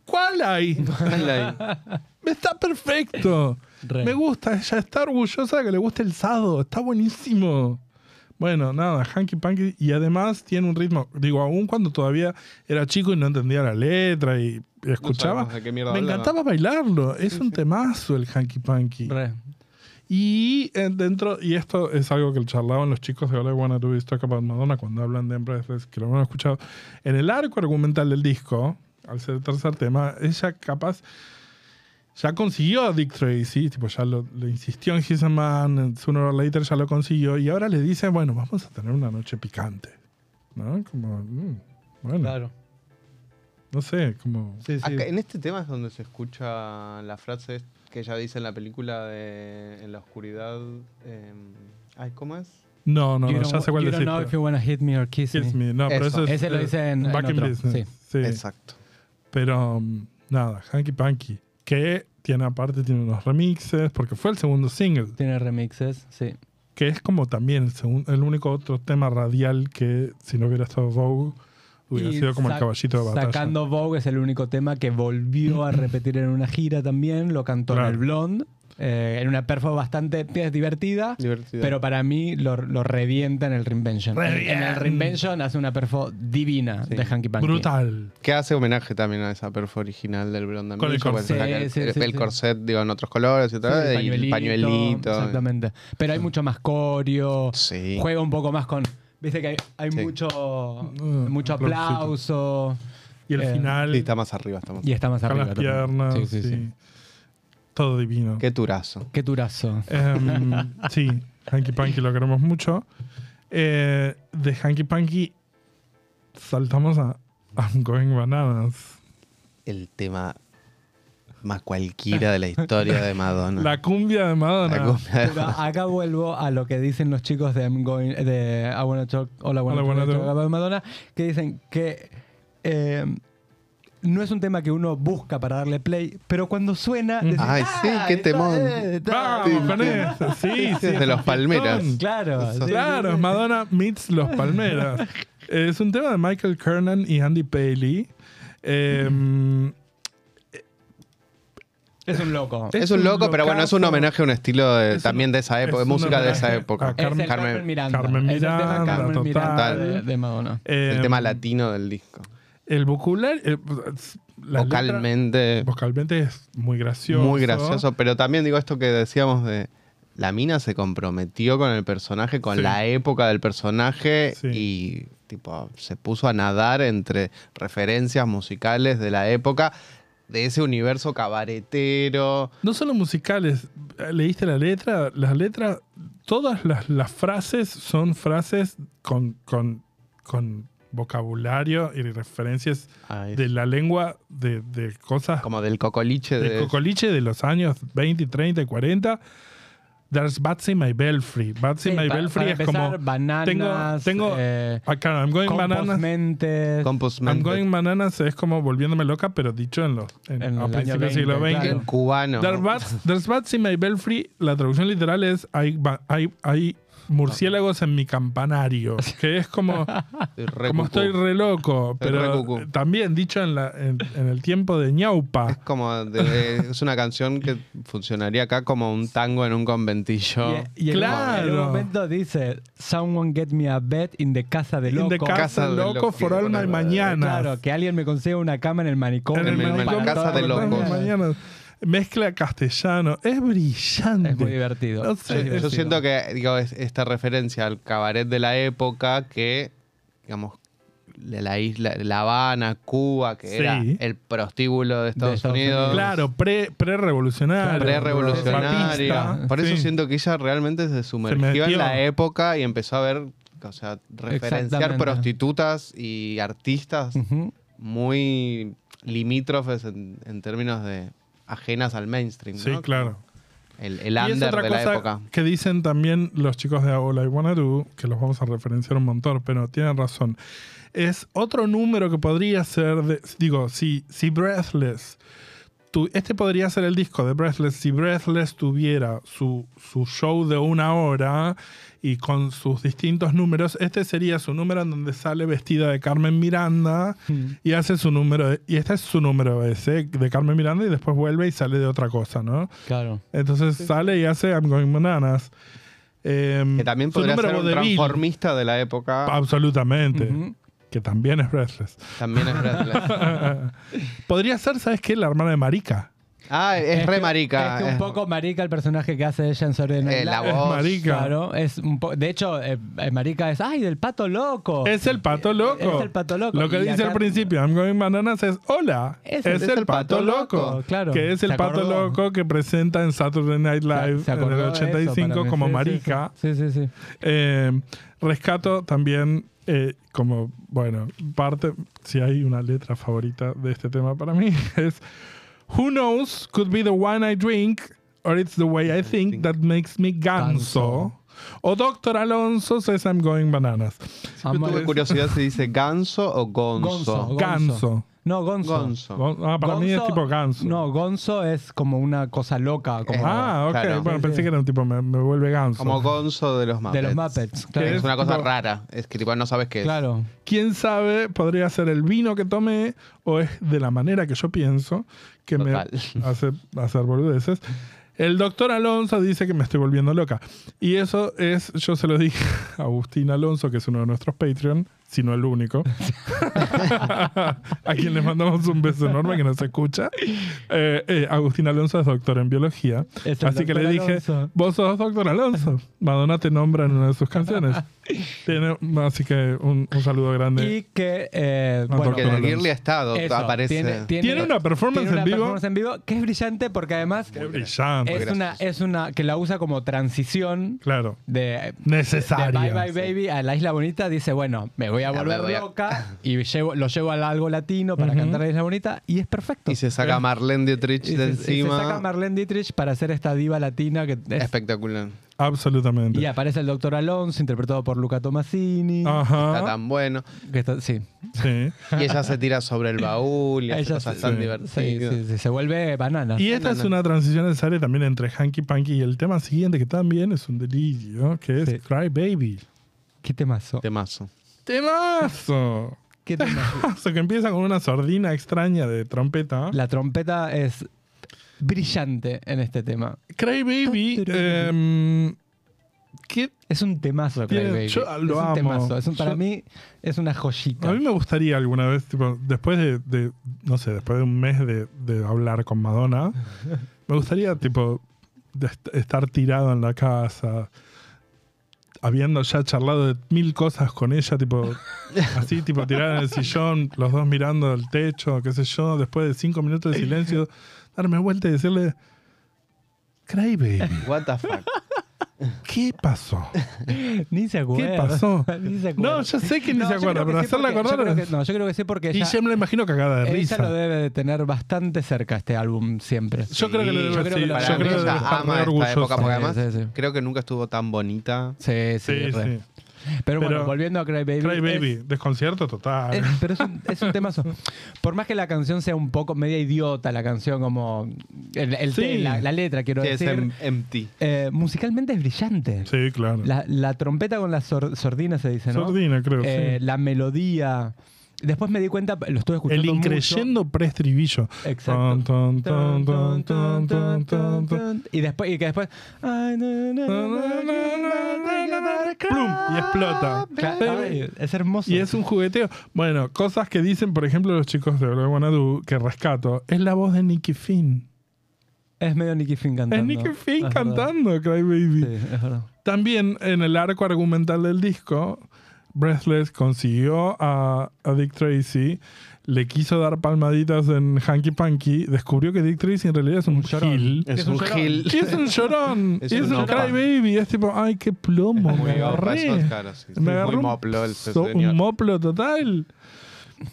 [SPEAKER 7] ¿Cuál hay?
[SPEAKER 9] Dale.
[SPEAKER 7] Está perfecto.
[SPEAKER 8] Re.
[SPEAKER 7] Me gusta, ella está orgullosa de que le guste el sado. Está buenísimo. Bueno, nada, hanky panky. Y además tiene un ritmo. Digo, aún cuando todavía era chico y no entendía la letra y escuchaba.
[SPEAKER 9] sabemos de qué
[SPEAKER 7] me
[SPEAKER 9] mierda hablaba.
[SPEAKER 7] encantaba bailarlo. Es un temazo el hanky panky.
[SPEAKER 8] Re.
[SPEAKER 7] Y eh, dentro, y esto es algo que charlaban los chicos de All I Wanna Do Is Talk About Madonna cuando hablan de Embraces, que lo han escuchado. En el arco argumental del disco, al ser el tercer tema, ella capaz ya consiguió a Dick Tracy, tipo ya lo, le insistió en His a Man, sooner or later ya lo consiguió, y ahora le dice, bueno, vamos a tener una noche picante. ¿No? Como, mm, bueno,
[SPEAKER 8] Claro.
[SPEAKER 7] no sé, como...
[SPEAKER 8] Sí, sí.
[SPEAKER 9] Acá, en este tema es donde se escucha la frase que ella dice en la película de En la oscuridad. eh, ay, ¿cómo es?
[SPEAKER 7] No, no,
[SPEAKER 8] You
[SPEAKER 7] no
[SPEAKER 8] don't-
[SPEAKER 7] ya sé cuál
[SPEAKER 8] you don't
[SPEAKER 7] decir.
[SPEAKER 8] know
[SPEAKER 7] pero-
[SPEAKER 8] if you wanna hit me or kiss
[SPEAKER 7] Kiss
[SPEAKER 8] me.
[SPEAKER 7] me. No, pero eso
[SPEAKER 9] Eso.
[SPEAKER 7] es,
[SPEAKER 8] Ese lo
[SPEAKER 7] eh,
[SPEAKER 8] dice en-
[SPEAKER 7] Back
[SPEAKER 8] en
[SPEAKER 7] in,
[SPEAKER 8] otro,
[SPEAKER 7] Business. Sí.
[SPEAKER 9] Exacto.
[SPEAKER 7] Pero mm, nada, Hanky Panky, que tiene aparte tiene unos remixes, porque fue el segundo single,
[SPEAKER 8] Tiene remixes, sí.
[SPEAKER 7] que es como también el, segun- el único otro tema radial que si no hubiera estado Vogue hubiera
[SPEAKER 8] Y
[SPEAKER 7] sido como el
[SPEAKER 8] sac-
[SPEAKER 7] caballito de batalla.
[SPEAKER 8] Sacando Vogue es el único tema que volvió a repetir en una gira también. Lo cantó
[SPEAKER 7] Claro.
[SPEAKER 8] en el Blonde. eh, en una performance bastante divertida.
[SPEAKER 9] Divertida.
[SPEAKER 8] Pero para mí lo, lo revienta en el Reinvention. En- En, el
[SPEAKER 7] Revienta.
[SPEAKER 8] Reinvention hace una perfo divina de Hanky Panky.
[SPEAKER 7] Brutal.
[SPEAKER 9] Que hace homenaje también a esa perfo original del Blonde
[SPEAKER 7] Con el
[SPEAKER 9] Ambition, pues,
[SPEAKER 7] corset.
[SPEAKER 9] saca el,
[SPEAKER 8] Sí, sí,
[SPEAKER 9] el-
[SPEAKER 8] sí,
[SPEAKER 9] el
[SPEAKER 8] sí.
[SPEAKER 9] corset, digo, en otros colores y
[SPEAKER 8] Sí,
[SPEAKER 9] tal. y el pañuelito. eh.
[SPEAKER 8] Exactamente. Pero hay mucho más corio.
[SPEAKER 9] Sí.
[SPEAKER 8] Juega un poco más con. Viste que hay, hay
[SPEAKER 9] Sí.
[SPEAKER 8] mucho,
[SPEAKER 7] Mm,
[SPEAKER 8] mucho aplauso.
[SPEAKER 7] Y el
[SPEAKER 8] Eh,
[SPEAKER 7] final,
[SPEAKER 9] Sí, está más arriba, está más
[SPEAKER 8] Y está más
[SPEAKER 7] con
[SPEAKER 8] arriba.
[SPEAKER 7] las
[SPEAKER 8] también.
[SPEAKER 7] piernas,
[SPEAKER 8] Sí, sí, sí.
[SPEAKER 7] sí. todo divino.
[SPEAKER 9] Qué turazo.
[SPEAKER 8] Qué turazo.
[SPEAKER 7] Em, sí, Hanky Panky lo queremos mucho. Eh, de Hanky Panky saltamos a I'm Going Bananas.
[SPEAKER 9] El tema más cualquiera de la historia de Madonna.
[SPEAKER 7] La cumbia de Madonna.
[SPEAKER 9] La cumbia de-
[SPEAKER 8] Pero acá vuelvo a lo que dicen los chicos de, I'm going, de I Wanna Talk, Hola,
[SPEAKER 7] All I Wanna Talk.
[SPEAKER 8] Madonna, que dicen que eh, no es un tema que uno busca para darle play, pero cuando suena... decís,
[SPEAKER 9] Ay, sí, qué
[SPEAKER 8] está,
[SPEAKER 9] temón".
[SPEAKER 8] eh, está".
[SPEAKER 7] Vamos con eso. Sí, sí.
[SPEAKER 9] de
[SPEAKER 7] es
[SPEAKER 9] los
[SPEAKER 7] un
[SPEAKER 9] Palmeras.
[SPEAKER 7] fiestón.
[SPEAKER 8] Claro, sí, sí,
[SPEAKER 7] Claro,
[SPEAKER 8] sí.
[SPEAKER 7] Madonna meets los Palmeras. Es un tema de Michael Kernan y Andy Paley. Em,
[SPEAKER 8] Es un loco.
[SPEAKER 7] Es
[SPEAKER 9] Es, un
[SPEAKER 7] un
[SPEAKER 9] loco, pero bueno, es un
[SPEAKER 7] locazo.
[SPEAKER 9] homenaje a un estilo de-
[SPEAKER 7] Es un-
[SPEAKER 9] también de esa época,
[SPEAKER 7] es un
[SPEAKER 9] música de esa
[SPEAKER 7] homenaje
[SPEAKER 9] época.
[SPEAKER 7] a Carmen-
[SPEAKER 8] es el Carmen Miranda.
[SPEAKER 7] Carmen
[SPEAKER 8] Es el tema
[SPEAKER 7] Miranda,
[SPEAKER 8] Carmen Miranda
[SPEAKER 7] total.
[SPEAKER 8] de, de Madonna.
[SPEAKER 7] em,
[SPEAKER 9] el tema latino del disco.
[SPEAKER 7] El vocular. eh, la letra-
[SPEAKER 9] Vocalmente
[SPEAKER 7] vocalmente es muy gracioso.
[SPEAKER 9] muy gracioso, pero también digo esto que decíamos de la mina se comprometió con el personaje, con
[SPEAKER 7] Sí.
[SPEAKER 9] la época del personaje
[SPEAKER 7] Sí.
[SPEAKER 9] y tipo se puso a nadar entre referencias musicales de la época, de ese universo cabaretero.
[SPEAKER 7] No solo musicales, leíste la letra, las letras, todas las, las frases son frases con, con, con vocabulario y referencias de la lengua de, de cosas
[SPEAKER 9] como del cocoliche de,
[SPEAKER 7] del cocoliche de los años 20, 30 y 40. There's Batsy My Belfry. Batsy
[SPEAKER 8] Sí,
[SPEAKER 7] My
[SPEAKER 8] pa-
[SPEAKER 7] Belfry
[SPEAKER 8] para
[SPEAKER 7] es
[SPEAKER 8] empezar,
[SPEAKER 7] como. tengo-
[SPEAKER 8] bananas,
[SPEAKER 7] tengo-
[SPEAKER 8] eh,
[SPEAKER 7] Acá, I'm going
[SPEAKER 8] compos
[SPEAKER 7] bananas.
[SPEAKER 8] mentes.
[SPEAKER 7] I'm
[SPEAKER 9] Compostmente.
[SPEAKER 7] going bananas es como volviéndome loca, pero dicho en los en,
[SPEAKER 8] En el
[SPEAKER 7] a
[SPEAKER 8] año
[SPEAKER 7] principios
[SPEAKER 8] 20,
[SPEAKER 7] del siglo XX.
[SPEAKER 8] claro.
[SPEAKER 9] cubano.
[SPEAKER 7] There's bats, there's bats in my belfry. La traducción literal es hay, ba- hay, hay murciélagos en mi campanario. Que es como,
[SPEAKER 9] Estoy re
[SPEAKER 7] como
[SPEAKER 9] cucú.
[SPEAKER 7] estoy re loco.
[SPEAKER 9] Estoy re
[SPEAKER 7] Pero
[SPEAKER 9] cucú.
[SPEAKER 7] también dicho en, la, en, en el tiempo de
[SPEAKER 9] Es
[SPEAKER 7] ñaupa.
[SPEAKER 9] como de- es una canción que funcionaría acá como un tango en un conventillo.
[SPEAKER 8] Y, y en
[SPEAKER 7] Claro.
[SPEAKER 8] un- en un momento dice, someone get me a bed in the casa de
[SPEAKER 7] In
[SPEAKER 8] loco.
[SPEAKER 7] the
[SPEAKER 9] Casa
[SPEAKER 7] casa
[SPEAKER 9] del
[SPEAKER 7] loco,
[SPEAKER 9] loco.
[SPEAKER 7] for all my
[SPEAKER 9] Claro,
[SPEAKER 7] mañanas.
[SPEAKER 8] Claro, que alguien me consiga una cama en el manicomio.
[SPEAKER 7] En el
[SPEAKER 9] En el
[SPEAKER 7] manicomio,
[SPEAKER 9] casa
[SPEAKER 7] for
[SPEAKER 9] de
[SPEAKER 7] all my
[SPEAKER 9] locos.
[SPEAKER 7] mañanas. Mezcla castellano. Es brillante.
[SPEAKER 8] Es muy divertido.
[SPEAKER 7] No
[SPEAKER 9] Yo-
[SPEAKER 7] sé,
[SPEAKER 9] Yo, siento que digo, es- esta referencia al cabaret de la época que, digamos, de la isla, de La Habana, Cuba, que
[SPEAKER 7] Sí.
[SPEAKER 9] era el prostíbulo de Estados,
[SPEAKER 8] Estados
[SPEAKER 9] Unidos.
[SPEAKER 8] Unidos.
[SPEAKER 7] Claro, pre- pre-revolucionario.
[SPEAKER 9] Pre-revolucionaria.
[SPEAKER 7] Batista,
[SPEAKER 9] Por eso
[SPEAKER 7] sí.
[SPEAKER 9] siento que ella realmente se sumergió
[SPEAKER 7] metió.
[SPEAKER 9] en la época y empezó a ver, o sea, referenciar
[SPEAKER 8] Exactamente.
[SPEAKER 9] prostitutas y artistas
[SPEAKER 8] Ujú.
[SPEAKER 9] muy limítrofes en, en términos de ajenas al mainstream.
[SPEAKER 7] Sí,
[SPEAKER 9] ¿no?
[SPEAKER 7] claro.
[SPEAKER 9] El, el
[SPEAKER 7] Y es
[SPEAKER 9] under
[SPEAKER 7] otra
[SPEAKER 9] de la
[SPEAKER 7] cosa
[SPEAKER 9] época.
[SPEAKER 7] que dicen también los chicos de All I Wanna Do, que los vamos a referenciar un montón, pero tienen razón. Es otro número que podría ser, de- digo, si, si Breathless tu- este podría ser el disco de Breathless si Breathless tuviera su, su show de una hora y con sus distintos números. Este sería su número en donde sale vestida de Carmen Miranda y hace su número. de- y este es su número ese de Carmen Miranda y después vuelve y sale de otra cosa, ¿no?
[SPEAKER 8] Claro.
[SPEAKER 7] Entonces sale y hace I'm Going Bananas.
[SPEAKER 8] Mm.
[SPEAKER 7] Em,
[SPEAKER 9] Que también
[SPEAKER 7] su
[SPEAKER 9] podría
[SPEAKER 7] número
[SPEAKER 9] ser un
[SPEAKER 7] vodevil.
[SPEAKER 9] transformista de la época.
[SPEAKER 7] Absolutamente.
[SPEAKER 8] Ujú.
[SPEAKER 7] Que también es Breathless.
[SPEAKER 9] También es Breathless.
[SPEAKER 7] Podría ser, ¿sabes qué? La hermana de Marica.
[SPEAKER 9] Ah, es re marica.
[SPEAKER 8] Es que un
[SPEAKER 9] es-
[SPEAKER 8] poco marica el personaje que hace ella en Saturday Night
[SPEAKER 9] eh, la
[SPEAKER 8] Live.
[SPEAKER 9] voz.
[SPEAKER 7] marica.
[SPEAKER 8] Claro, es un po- de hecho, eh, eh, marica es, ay, del pato loco.
[SPEAKER 7] Es el pato loco.
[SPEAKER 8] Es el pato loco.
[SPEAKER 7] Lo que
[SPEAKER 8] Y
[SPEAKER 7] dice
[SPEAKER 8] acá-
[SPEAKER 7] al principio, I'm going bananas, es hola. Es, el, pato, loco.
[SPEAKER 8] claro.
[SPEAKER 7] Que es el
[SPEAKER 8] Se
[SPEAKER 7] pato
[SPEAKER 8] acordó.
[SPEAKER 7] loco que presenta en Saturday Night Live
[SPEAKER 8] Se
[SPEAKER 7] en
[SPEAKER 8] acordó
[SPEAKER 7] el
[SPEAKER 8] de eso para
[SPEAKER 7] 85
[SPEAKER 8] mí.
[SPEAKER 7] como
[SPEAKER 8] Sí, sí,
[SPEAKER 7] marica.
[SPEAKER 8] Sí, sí, sí.
[SPEAKER 7] Eh, rescato también eh, como, bueno, parte, si hay una letra favorita de este tema para mí, es Who knows could be the wine I drink or it's the way I think that makes me ganso.
[SPEAKER 8] Ganso.
[SPEAKER 7] O Doctor Alonso says I'm going bananas.
[SPEAKER 9] Yo
[SPEAKER 8] Amo-
[SPEAKER 9] tuve curiosidad si dice ganso o gonzo.
[SPEAKER 8] Gonzo.
[SPEAKER 7] Ganso.
[SPEAKER 8] No, Gonzo.
[SPEAKER 9] Gonzo.
[SPEAKER 7] Gon- Ah, para mí es
[SPEAKER 8] Gonzo-
[SPEAKER 7] tipo ganso.
[SPEAKER 8] No, Gonzo es como una cosa loca, como
[SPEAKER 7] ah, ok.
[SPEAKER 9] claro.
[SPEAKER 7] Bueno,
[SPEAKER 8] Sí,
[SPEAKER 7] pensé
[SPEAKER 8] sí.
[SPEAKER 7] que era un tipo, me, me vuelve ganso.
[SPEAKER 9] Como gonzo de los
[SPEAKER 8] de
[SPEAKER 9] Muppets.
[SPEAKER 8] los Muppets.
[SPEAKER 9] Que
[SPEAKER 8] Claro.
[SPEAKER 9] Es una cosa
[SPEAKER 7] No.
[SPEAKER 9] rara. Es que tipo, no sabes qué es.
[SPEAKER 8] Claro.
[SPEAKER 7] quién sabe, podría ser el vino que tomé o es de la manera que yo pienso que
[SPEAKER 9] Total.
[SPEAKER 7] me hace hacer boludeces. El doctor Alonso dice que me estoy volviendo loca. Y eso es, yo se lo dije a Agustín Alonso, que es uno de nuestros Patreon, si no el único, a quien le mandamos un beso enorme que nos escucha. Eh, eh, Agustín Alonso es doctor en biología.
[SPEAKER 8] Es el
[SPEAKER 7] Así que le
[SPEAKER 8] doctor
[SPEAKER 7] dije,
[SPEAKER 8] Alonso.
[SPEAKER 7] vos sos doctor Alonso. Madonna te nombra en una de sus canciones. Tiene- así que un, un saludo grande.
[SPEAKER 8] Y que. eh,
[SPEAKER 7] No,
[SPEAKER 8] bueno,
[SPEAKER 9] Porque en el
[SPEAKER 7] Doctor
[SPEAKER 9] Girly ha estado,
[SPEAKER 8] eso,
[SPEAKER 9] aparece.
[SPEAKER 7] Tiene una performance
[SPEAKER 8] tiene una
[SPEAKER 7] en vivo.
[SPEAKER 8] performance en vivo que es brillante porque además
[SPEAKER 7] Qué brillante.
[SPEAKER 8] es una,
[SPEAKER 9] gracioso.
[SPEAKER 8] es una que la usa como transición
[SPEAKER 7] Claro.
[SPEAKER 8] de,
[SPEAKER 7] Necesaria.
[SPEAKER 8] de Bye Bye Baby a la Isla Bonita. Dice, bueno, me voy a
[SPEAKER 9] Ya me
[SPEAKER 8] volver
[SPEAKER 9] voy a-
[SPEAKER 8] loca y llevo, lo llevo a algo latino para cantar la Isla Bonita y es perfecto.
[SPEAKER 9] Y se saca Marlene Dietrich
[SPEAKER 8] Y
[SPEAKER 9] de
[SPEAKER 8] se- y se
[SPEAKER 9] encima.
[SPEAKER 8] saca Marlene Dietrich para hacer esta diva latina que es-
[SPEAKER 9] Espectacular.
[SPEAKER 7] Absolutamente.
[SPEAKER 8] y aparece el doctor Alonso interpretado por Luca Tomasini
[SPEAKER 7] Ah.
[SPEAKER 8] Ah.
[SPEAKER 9] Está
[SPEAKER 7] Ajá.
[SPEAKER 9] tan bueno.
[SPEAKER 8] que está- sí.
[SPEAKER 7] Sí.
[SPEAKER 9] Y ella se tira sobre el baúl y hace
[SPEAKER 8] Ella
[SPEAKER 9] cosas
[SPEAKER 8] se-
[SPEAKER 9] tan
[SPEAKER 7] sí.
[SPEAKER 9] divertidas.
[SPEAKER 8] Sí, sí, sí, se vuelve banana.
[SPEAKER 7] Y esta es una transición necesaria también entre Hanky Panky y el tema siguiente, que también es un delirio, que es
[SPEAKER 8] Sí.
[SPEAKER 7] Cry Baby.
[SPEAKER 8] ¿Qué temazo?
[SPEAKER 9] Temazo.
[SPEAKER 7] ¡Temazo!
[SPEAKER 8] ¿Qué temazo?
[SPEAKER 7] Temazo que empieza con una sordina extraña de trompeta.
[SPEAKER 8] La trompeta es brillante en este tema.
[SPEAKER 7] Cry Baby. em, ¿qué?
[SPEAKER 8] Es un temazo, Cry
[SPEAKER 7] Tiene-
[SPEAKER 8] Baby.
[SPEAKER 7] yo
[SPEAKER 8] es
[SPEAKER 7] lo
[SPEAKER 8] un
[SPEAKER 7] amo.
[SPEAKER 8] temazo. Es un- para
[SPEAKER 7] Yo-
[SPEAKER 8] mí es una joyita.
[SPEAKER 7] A mí me gustaría alguna vez, tipo, después de, de- no sé, después de un mes de, de hablar con Madonna, me gustaría, tipo, de est- estar tirado en la casa, habiendo ya charlado de mil cosas con ella, tipo, así, tipo, tirado en el sillón, los dos mirando al techo, qué sé yo, después de cinco minutos de silencio, darme vuelta y decirle, Cray baby,
[SPEAKER 9] What the fuck.
[SPEAKER 7] ¿qué pasó?
[SPEAKER 8] Ni se acuerda.
[SPEAKER 7] ¿Qué pasó?
[SPEAKER 8] Ni se acuerda.
[SPEAKER 7] No, yo sé que ni
[SPEAKER 8] No,
[SPEAKER 7] se
[SPEAKER 8] yo
[SPEAKER 7] acuerda,
[SPEAKER 8] creo que
[SPEAKER 7] pero
[SPEAKER 8] sí,
[SPEAKER 7] hacerla
[SPEAKER 8] porque- yo
[SPEAKER 7] acordar...
[SPEAKER 8] creo que- no, yo creo que sí porque
[SPEAKER 7] y
[SPEAKER 8] ella,
[SPEAKER 7] ya me la imagino cagada de
[SPEAKER 8] ella
[SPEAKER 7] risa.
[SPEAKER 8] lo debe de tener bastante cerca este álbum siempre.
[SPEAKER 7] Yo creo que
[SPEAKER 9] Sí,
[SPEAKER 7] le debe
[SPEAKER 8] yo creo
[SPEAKER 7] sí,
[SPEAKER 8] que lo
[SPEAKER 7] yo
[SPEAKER 9] Para
[SPEAKER 7] creo
[SPEAKER 9] mí
[SPEAKER 7] que
[SPEAKER 8] debe
[SPEAKER 9] ella
[SPEAKER 7] debe estar muy
[SPEAKER 9] ama esta
[SPEAKER 7] orgullosa.
[SPEAKER 9] época porque
[SPEAKER 8] Sí,
[SPEAKER 9] además
[SPEAKER 8] sí, sí.
[SPEAKER 9] creo que nunca estuvo tan bonita.
[SPEAKER 8] Sí, sí,
[SPEAKER 7] Sí,
[SPEAKER 8] re.
[SPEAKER 7] sí.
[SPEAKER 8] Pero bueno,
[SPEAKER 7] Pero-
[SPEAKER 8] volviendo a Cry Baby.
[SPEAKER 7] Cry
[SPEAKER 8] es-
[SPEAKER 7] Baby, desconcierto total.
[SPEAKER 8] es- pero es un, es un temazo. Por más que la canción sea un poco media idiota, la canción como. El, el
[SPEAKER 7] Sí.
[SPEAKER 8] te- la, la letra, quiero
[SPEAKER 9] Que es
[SPEAKER 8] decir.
[SPEAKER 9] em- empty.
[SPEAKER 8] eh, musicalmente es brillante.
[SPEAKER 7] sí, claro.
[SPEAKER 8] La, la trompeta con la sor- sordina se dice, ¿no?
[SPEAKER 7] Sordina, creo,
[SPEAKER 8] Eh,
[SPEAKER 7] sí.
[SPEAKER 8] La melodía. Después me di cuenta, lo estuve escuchando.
[SPEAKER 7] El
[SPEAKER 8] mucho.
[SPEAKER 7] increyendo preestribillo.
[SPEAKER 8] Exacto.
[SPEAKER 7] Ton, ton,
[SPEAKER 8] Tan,
[SPEAKER 7] ton,
[SPEAKER 8] tan,
[SPEAKER 7] ton, ton,
[SPEAKER 8] tan, tan,
[SPEAKER 7] ton,
[SPEAKER 8] tan,
[SPEAKER 7] ton.
[SPEAKER 8] tan. Y después, y que después. Ay, na, na, na, na, na, na,
[SPEAKER 7] Plum, y explota.
[SPEAKER 8] Claro, ay, Es hermoso.
[SPEAKER 7] Y es un jugueteo. Bueno, cosas que dicen, por ejemplo, los chicos de All I Wanna Do, que rescato, es la voz de Nicky Finn.
[SPEAKER 8] Es medio Nicky Finn
[SPEAKER 7] Es
[SPEAKER 8] cantando.
[SPEAKER 7] Nicky Finn
[SPEAKER 8] Es verdad.
[SPEAKER 7] cantando Cry Baby.
[SPEAKER 8] Sí, es verdad.
[SPEAKER 7] También en el arco argumental del disco, Breathless consiguió a, a Dick Tracy, le quiso dar palmaditas en Hanky Panky, descubrió que Dick Tracy en realidad es un, gil.
[SPEAKER 9] Es un gil.
[SPEAKER 7] Y es un llorón.
[SPEAKER 9] Es
[SPEAKER 7] y es
[SPEAKER 9] un
[SPEAKER 7] un
[SPEAKER 9] llorón.
[SPEAKER 7] crybaby. Es tipo, ay, qué plomo.
[SPEAKER 9] Muy
[SPEAKER 7] me agarré.
[SPEAKER 9] gafas, claro, sí, sí.
[SPEAKER 7] Me
[SPEAKER 9] Muy
[SPEAKER 7] agarré un,
[SPEAKER 9] moplo el
[SPEAKER 7] so-
[SPEAKER 9] señor.
[SPEAKER 7] un moplo total.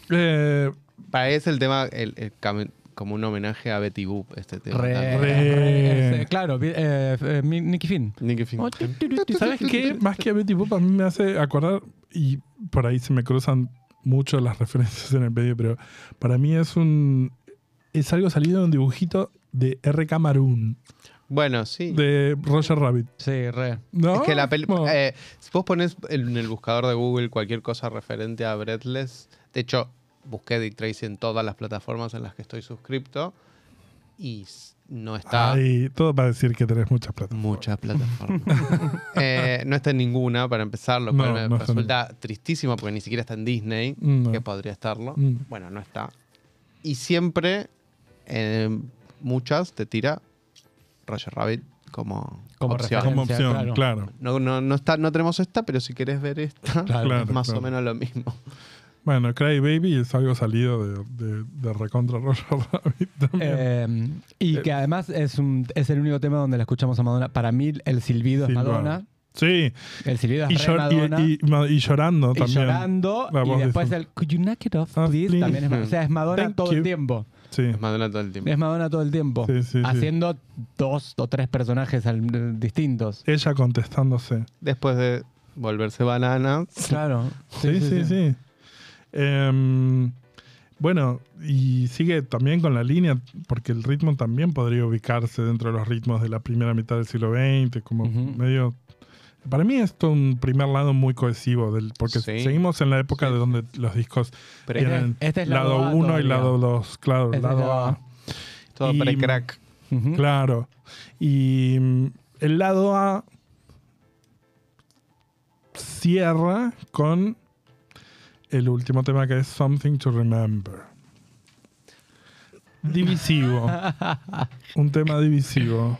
[SPEAKER 7] Eh,
[SPEAKER 9] Para es el tema, el, el cam- como un homenaje a Betty Boop, este tema.
[SPEAKER 8] Re,
[SPEAKER 9] también.
[SPEAKER 7] Re.
[SPEAKER 8] re, es, Claro, vi- eh, eh, mi- Nicky Finn.
[SPEAKER 9] Nicky Finn.
[SPEAKER 8] Oh, tu, tu, tu, tu,
[SPEAKER 7] ¿Sabes
[SPEAKER 8] tu, tu,
[SPEAKER 7] qué?
[SPEAKER 8] tu.
[SPEAKER 7] Más que a Betty Boop, a mí me hace acordar, y por ahí se me cruzan mucho las referencias en el medio, pero para mí es un es algo salido de un dibujito de R.K. Maroon,
[SPEAKER 9] Bueno, sí.
[SPEAKER 7] de Roger Rabbit.
[SPEAKER 8] Sí, re.
[SPEAKER 7] ¿No?
[SPEAKER 9] Es que la peli.
[SPEAKER 7] Como-
[SPEAKER 9] eh, si vos pones en el buscador de Google cualquier cosa referente a Breathless, de hecho, busqué Dick Tracy en todas las plataformas en las que estoy suscripto y s- no está.
[SPEAKER 7] Ay, todo para decir que tenés mucha plata.
[SPEAKER 9] Muchas plataformas. Eh, no está en ninguna, para empezar, lo cual
[SPEAKER 7] No,
[SPEAKER 9] me
[SPEAKER 7] no está en
[SPEAKER 9] resulta tristísimo porque ni siquiera está en Disney,
[SPEAKER 7] No.
[SPEAKER 9] que podría estarlo.
[SPEAKER 7] Mm.
[SPEAKER 9] Bueno, no está. Y siempre, en muchas, te tira Roger Rabbit como,
[SPEAKER 8] Como
[SPEAKER 9] opción.
[SPEAKER 7] Como
[SPEAKER 8] Referencia,
[SPEAKER 7] opción,
[SPEAKER 8] claro.
[SPEAKER 7] claro.
[SPEAKER 9] No, no, no, está, no tenemos esta, pero si querés ver esta,
[SPEAKER 7] Claro,
[SPEAKER 9] es más
[SPEAKER 7] claro.
[SPEAKER 9] o menos lo mismo.
[SPEAKER 7] Bueno, Cry Baby es algo salido de, de, de recontra Roger Rabbit también.
[SPEAKER 8] Eh, y
[SPEAKER 7] Eh.
[SPEAKER 8] que además es, un, es el único tema donde la escuchamos a Madonna. Para mí, el silbido es
[SPEAKER 7] Silbado.
[SPEAKER 8] Madonna.
[SPEAKER 7] sí,
[SPEAKER 8] El silbido es
[SPEAKER 7] y,
[SPEAKER 8] re
[SPEAKER 7] llor- y-
[SPEAKER 8] Madonna.
[SPEAKER 7] y- ma- y llorando
[SPEAKER 8] y
[SPEAKER 7] también.
[SPEAKER 8] llorando.
[SPEAKER 7] La voz
[SPEAKER 8] Y
[SPEAKER 7] de
[SPEAKER 8] después
[SPEAKER 7] Sam.
[SPEAKER 8] el Could you knock it off,
[SPEAKER 7] Ah,
[SPEAKER 8] please?
[SPEAKER 7] please.
[SPEAKER 8] También es, Ma- o sea, es Madonna
[SPEAKER 7] Thank
[SPEAKER 8] todo
[SPEAKER 7] you.
[SPEAKER 8] el tiempo.
[SPEAKER 7] Sí.
[SPEAKER 9] Es Madonna todo el tiempo.
[SPEAKER 8] Es Madonna todo el tiempo.
[SPEAKER 7] Sí, sí, sí.
[SPEAKER 8] haciendo dos o tres personajes al- distintos.
[SPEAKER 7] Ella contestándose.
[SPEAKER 9] Después de volverse banana,
[SPEAKER 8] Claro.
[SPEAKER 7] Sí, sí, sí. Em, bueno, y sigue también con la línea, porque el ritmo también podría ubicarse dentro de los ritmos de la primera mitad del siglo XX, como
[SPEAKER 8] Ujú.
[SPEAKER 7] medio... Para mí esto es un primer lado muy cohesivo, del, porque
[SPEAKER 9] Sí.
[SPEAKER 7] seguimos en la época de donde los discos
[SPEAKER 9] Pre-
[SPEAKER 7] tienen
[SPEAKER 8] Este- este es lado
[SPEAKER 7] lado
[SPEAKER 8] A
[SPEAKER 7] 1 y
[SPEAKER 8] todavía.
[SPEAKER 7] lado 2, claro,
[SPEAKER 8] Este es
[SPEAKER 7] lado,
[SPEAKER 8] lado
[SPEAKER 7] A.
[SPEAKER 8] A.
[SPEAKER 9] todo
[SPEAKER 7] Y-
[SPEAKER 9] pre-crack.
[SPEAKER 8] Ujú.
[SPEAKER 7] Claro. Y mm, el lado A cierra con el último tema que es Something to Remember. Divisivo. Un tema divisivo.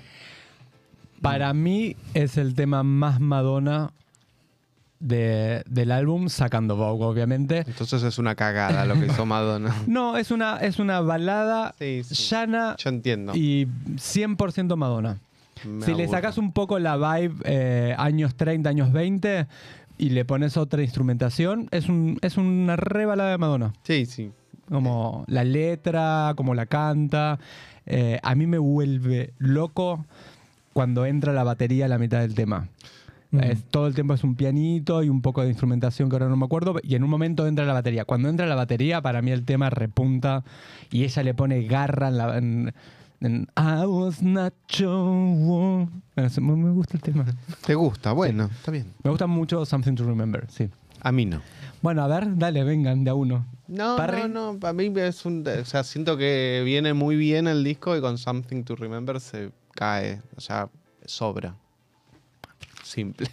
[SPEAKER 8] Para mí es el tema más Madonna de- del álbum, sacando Vogue, obviamente.
[SPEAKER 9] Entonces es una cagada lo que hizo Madonna.
[SPEAKER 8] No, es una, es una balada
[SPEAKER 9] Sí, sí.
[SPEAKER 8] llana
[SPEAKER 9] Yo entiendo.
[SPEAKER 8] y 100% Madonna.
[SPEAKER 9] Me
[SPEAKER 8] si le
[SPEAKER 9] aburre.
[SPEAKER 8] sacas un poco la vibe eh, años 30, años 20 y le pones otra instrumentación, es, un, es una re balada de Madonna.
[SPEAKER 9] Sí, sí.
[SPEAKER 8] Como la letra, como la canta. Eh, a mí me vuelve loco cuando entra la batería a la mitad del tema.
[SPEAKER 7] Mm.
[SPEAKER 8] Es- todo el tiempo es un pianito y un poco de instrumentación que ahora no me acuerdo. Y en un momento entra la batería. Cuando entra la batería, para mí el tema repunta y ella le pone garra en la. en- en I was not your one. Bueno, se- me- me gusta el tema.
[SPEAKER 9] Te gusta, bueno, está bien.
[SPEAKER 8] Me gusta mucho Something to Remember, sí.
[SPEAKER 9] A mí no.
[SPEAKER 8] Bueno, a ver, dale, vengan de a uno.
[SPEAKER 9] No,
[SPEAKER 8] Parry.
[SPEAKER 9] no, no. A mí es un. O sea, siento que viene muy bien el disco y con Something to Remember se cae. O sea, sobra. Simple.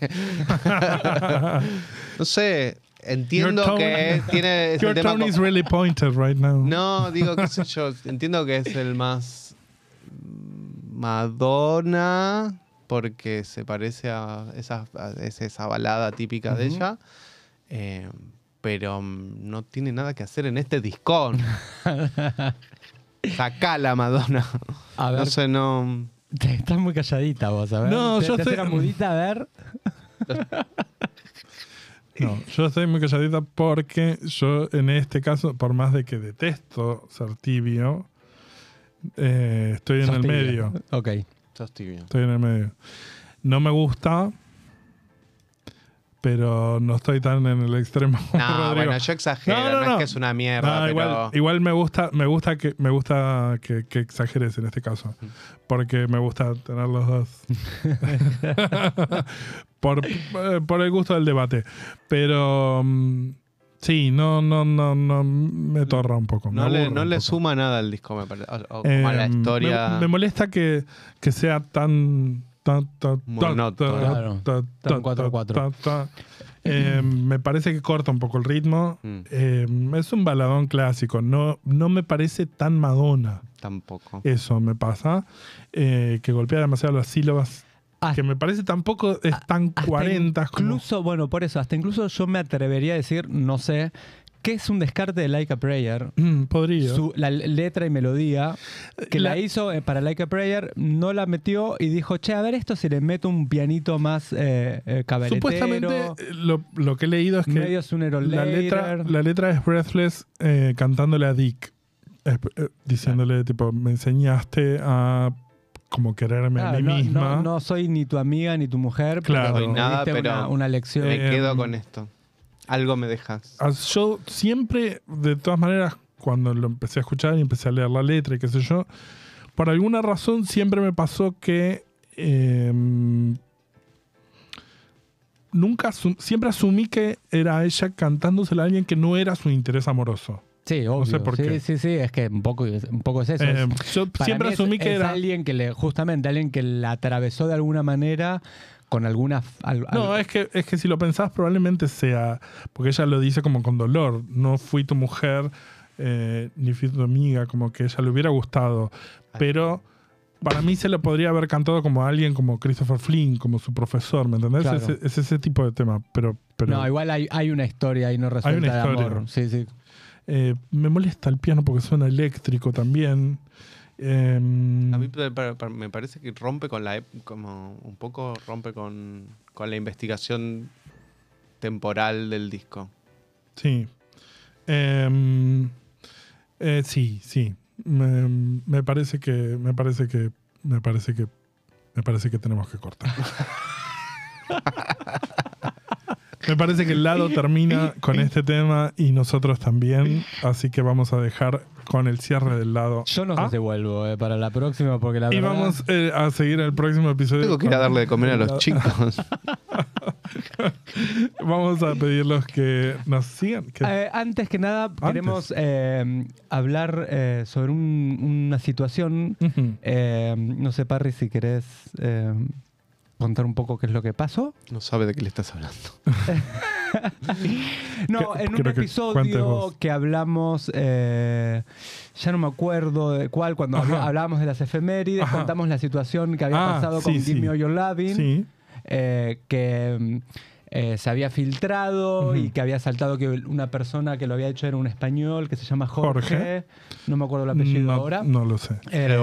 [SPEAKER 9] no sé.
[SPEAKER 7] Your
[SPEAKER 9] Entiendo
[SPEAKER 7] tone-
[SPEAKER 9] que tiene. es el
[SPEAKER 7] Your
[SPEAKER 9] tema
[SPEAKER 7] tone
[SPEAKER 9] co-
[SPEAKER 7] is really pointed right now.
[SPEAKER 9] No, digo, qué sé yo. Entiendo que es el más. Madonna. Porque se parece a esa, a- es esa balada típica de ella. Eh, pero mm, no tiene nada que hacer en este discón. Sacala, Madonna.
[SPEAKER 8] A ver,
[SPEAKER 9] No sé, no.
[SPEAKER 8] te- estás muy calladita vos, a ver.
[SPEAKER 7] No,
[SPEAKER 8] Te-
[SPEAKER 7] yo
[SPEAKER 8] te
[SPEAKER 7] estoy-
[SPEAKER 8] hace la mudita, a ver.
[SPEAKER 7] No, yo estoy muy calladita porque yo en este caso, por más de que detesto ser tibio, eh, estoy en
[SPEAKER 8] Sos
[SPEAKER 7] el
[SPEAKER 8] tibia.
[SPEAKER 7] medio.
[SPEAKER 8] Ok.
[SPEAKER 9] Sos tibio.
[SPEAKER 7] Estoy en el medio. No me gusta, pero no estoy tan en el extremo.
[SPEAKER 9] No,
[SPEAKER 7] Rodrigo.
[SPEAKER 9] Ah, bueno, yo exagero.
[SPEAKER 7] No,
[SPEAKER 9] No,
[SPEAKER 7] no,
[SPEAKER 9] es
[SPEAKER 7] no.
[SPEAKER 9] que es una
[SPEAKER 7] No,
[SPEAKER 9] mierda, pero.
[SPEAKER 7] igual, igual me gusta, me gusta que me gusta que, que exageres en este caso. Porque me gusta tener los dos. por, eh, por el gusto del debate. Pero mm, sí, no, no, no, no me torra un poco.
[SPEAKER 9] No
[SPEAKER 7] me
[SPEAKER 9] le,
[SPEAKER 7] aburre
[SPEAKER 9] no
[SPEAKER 7] un
[SPEAKER 9] le
[SPEAKER 7] poco.
[SPEAKER 9] suma nada al disco, me parece. O, o como a la
[SPEAKER 7] Eh,
[SPEAKER 9] historia.
[SPEAKER 7] Me, me molesta que, que sea tan. tan- tan-
[SPEAKER 9] Monótono.
[SPEAKER 7] tan-
[SPEAKER 8] Claro,
[SPEAKER 7] tan- tan-
[SPEAKER 8] tan 4-4.
[SPEAKER 7] tan- tan- Eh, me parece que corta un poco el ritmo.
[SPEAKER 9] Mm.
[SPEAKER 7] Eh, es un baladón clásico. No, no me parece tan Madonna.
[SPEAKER 9] Tampoco.
[SPEAKER 7] Eso me pasa. Eh, que golpea demasiado las sílabas.
[SPEAKER 8] Ah,
[SPEAKER 7] que me parece tampoco es tan
[SPEAKER 8] Hasta
[SPEAKER 7] 40 como-
[SPEAKER 8] Incluso, bueno, por eso, hasta incluso yo me atrevería a decir, no sé, que es un descarte de Like a Prayer.
[SPEAKER 7] Mm, podría.
[SPEAKER 8] Su- la l- letra y melodía que la,
[SPEAKER 7] La-
[SPEAKER 8] hizo eh, para Like a Prayer, no la metió y dijo, che, a ver esto si le meto un pianito más eh, eh, cabaretero,
[SPEAKER 7] Supuestamente eh, lo, lo que he leído es que
[SPEAKER 8] medio sooner or
[SPEAKER 7] La
[SPEAKER 8] later".
[SPEAKER 7] letra, la letra es Breathless eh, cantándole a Dick, Es- eh, diciéndole tipo, me enseñaste a como quererme
[SPEAKER 8] Claro,
[SPEAKER 7] a mí
[SPEAKER 8] Ah, no,
[SPEAKER 7] misma.
[SPEAKER 8] no- no soy ni tu amiga ni tu mujer,
[SPEAKER 7] Claro.
[SPEAKER 8] pero
[SPEAKER 7] Soy
[SPEAKER 8] me
[SPEAKER 9] nada,
[SPEAKER 8] diste
[SPEAKER 9] pero-
[SPEAKER 8] una, una lección.
[SPEAKER 9] Me
[SPEAKER 7] Eh,
[SPEAKER 9] quedo con esto. Algo me dejas.
[SPEAKER 7] Ah, Yo siempre, de todas maneras, cuando lo empecé a escuchar y empecé a leer la letra y qué sé yo, por alguna razón siempre me pasó que eh, nunca asum- siempre asumí que era ella cantándosela a alguien que no era su interés amoroso.
[SPEAKER 8] Sí, obvio.
[SPEAKER 7] sé por
[SPEAKER 8] sí,
[SPEAKER 7] qué.
[SPEAKER 8] sí, sí, es que un poco, un poco es eso.
[SPEAKER 7] Eh,
[SPEAKER 8] es-
[SPEAKER 7] yo
[SPEAKER 8] para
[SPEAKER 7] siempre
[SPEAKER 8] mí es-
[SPEAKER 7] asumí que
[SPEAKER 8] es
[SPEAKER 7] era
[SPEAKER 8] alguien que le, justamente, alguien que la atravesó de alguna manera con alguna... f- al- al-
[SPEAKER 7] No, es que, es que si lo pensás probablemente sea, porque ella lo dice como con dolor, no fui tu mujer eh, ni fui tu amiga, como que ella le hubiera gustado, pero para mí se lo podría haber cantado como a alguien como Christopher Flynn, como su profesor, ¿me entendés?
[SPEAKER 8] Claro.
[SPEAKER 7] Es, es ese tipo de tema, pero, pero
[SPEAKER 8] No, igual hay, hay una historia ahí no resuelta
[SPEAKER 7] una
[SPEAKER 8] de
[SPEAKER 7] historia.
[SPEAKER 8] amor. Sí, sí.
[SPEAKER 7] eh, me molesta el piano porque suena eléctrico también. Eh,
[SPEAKER 9] A mí pa- pa- pa- me parece que rompe con la ep- como un poco rompe con, con la investigación temporal del disco.
[SPEAKER 7] Sí. Em, eh, sí, sí. Me, me parece que. Me parece que. Me parece que. Me parece que tenemos que cortar. me parece que el lado termina con este tema y nosotros también. Así que vamos a dejar con el cierre del lado.
[SPEAKER 8] Yo no
[SPEAKER 7] A.
[SPEAKER 8] sé si vuelvo eh, para la próxima porque la
[SPEAKER 7] Ah. Y
[SPEAKER 8] verdad...
[SPEAKER 7] vamos eh, a seguir el próximo episodio.
[SPEAKER 9] Tengo que ir a
[SPEAKER 7] con-
[SPEAKER 9] darle de comer a los chicos.
[SPEAKER 7] Vamos a pedirlos que nos sigan. que-
[SPEAKER 8] Eh, antes que nada, queremos eh, hablar eh, sobre un- una situación.
[SPEAKER 7] Ujú.
[SPEAKER 8] Eh, no sé, Parry, si querés eh, contar un poco qué es lo que pasó.
[SPEAKER 9] No sabe de qué le estás hablando.
[SPEAKER 8] No,
[SPEAKER 7] Que-
[SPEAKER 8] en
[SPEAKER 7] creo
[SPEAKER 8] un
[SPEAKER 7] que cuentes
[SPEAKER 8] episodio
[SPEAKER 7] vos.
[SPEAKER 8] que hablamos, eh, ya no me acuerdo de cuál, cuando habl-
[SPEAKER 7] Ajá.
[SPEAKER 8] hablábamos de las efemérides,
[SPEAKER 7] Ajá.
[SPEAKER 8] contamos la situación que había
[SPEAKER 7] Ah,
[SPEAKER 8] pasado
[SPEAKER 7] sí,
[SPEAKER 8] con
[SPEAKER 7] sí.
[SPEAKER 8] Give Me All Your Lovin',
[SPEAKER 7] Sí.
[SPEAKER 8] eh, que mm, eh, se había filtrado
[SPEAKER 7] Ujú.
[SPEAKER 8] y que había saltado que una persona que lo había hecho era un español que se llama Jorge,
[SPEAKER 7] Jorge.
[SPEAKER 8] no me acuerdo el apellido
[SPEAKER 7] no,
[SPEAKER 8] ahora.
[SPEAKER 7] no lo sé.
[SPEAKER 8] Eh,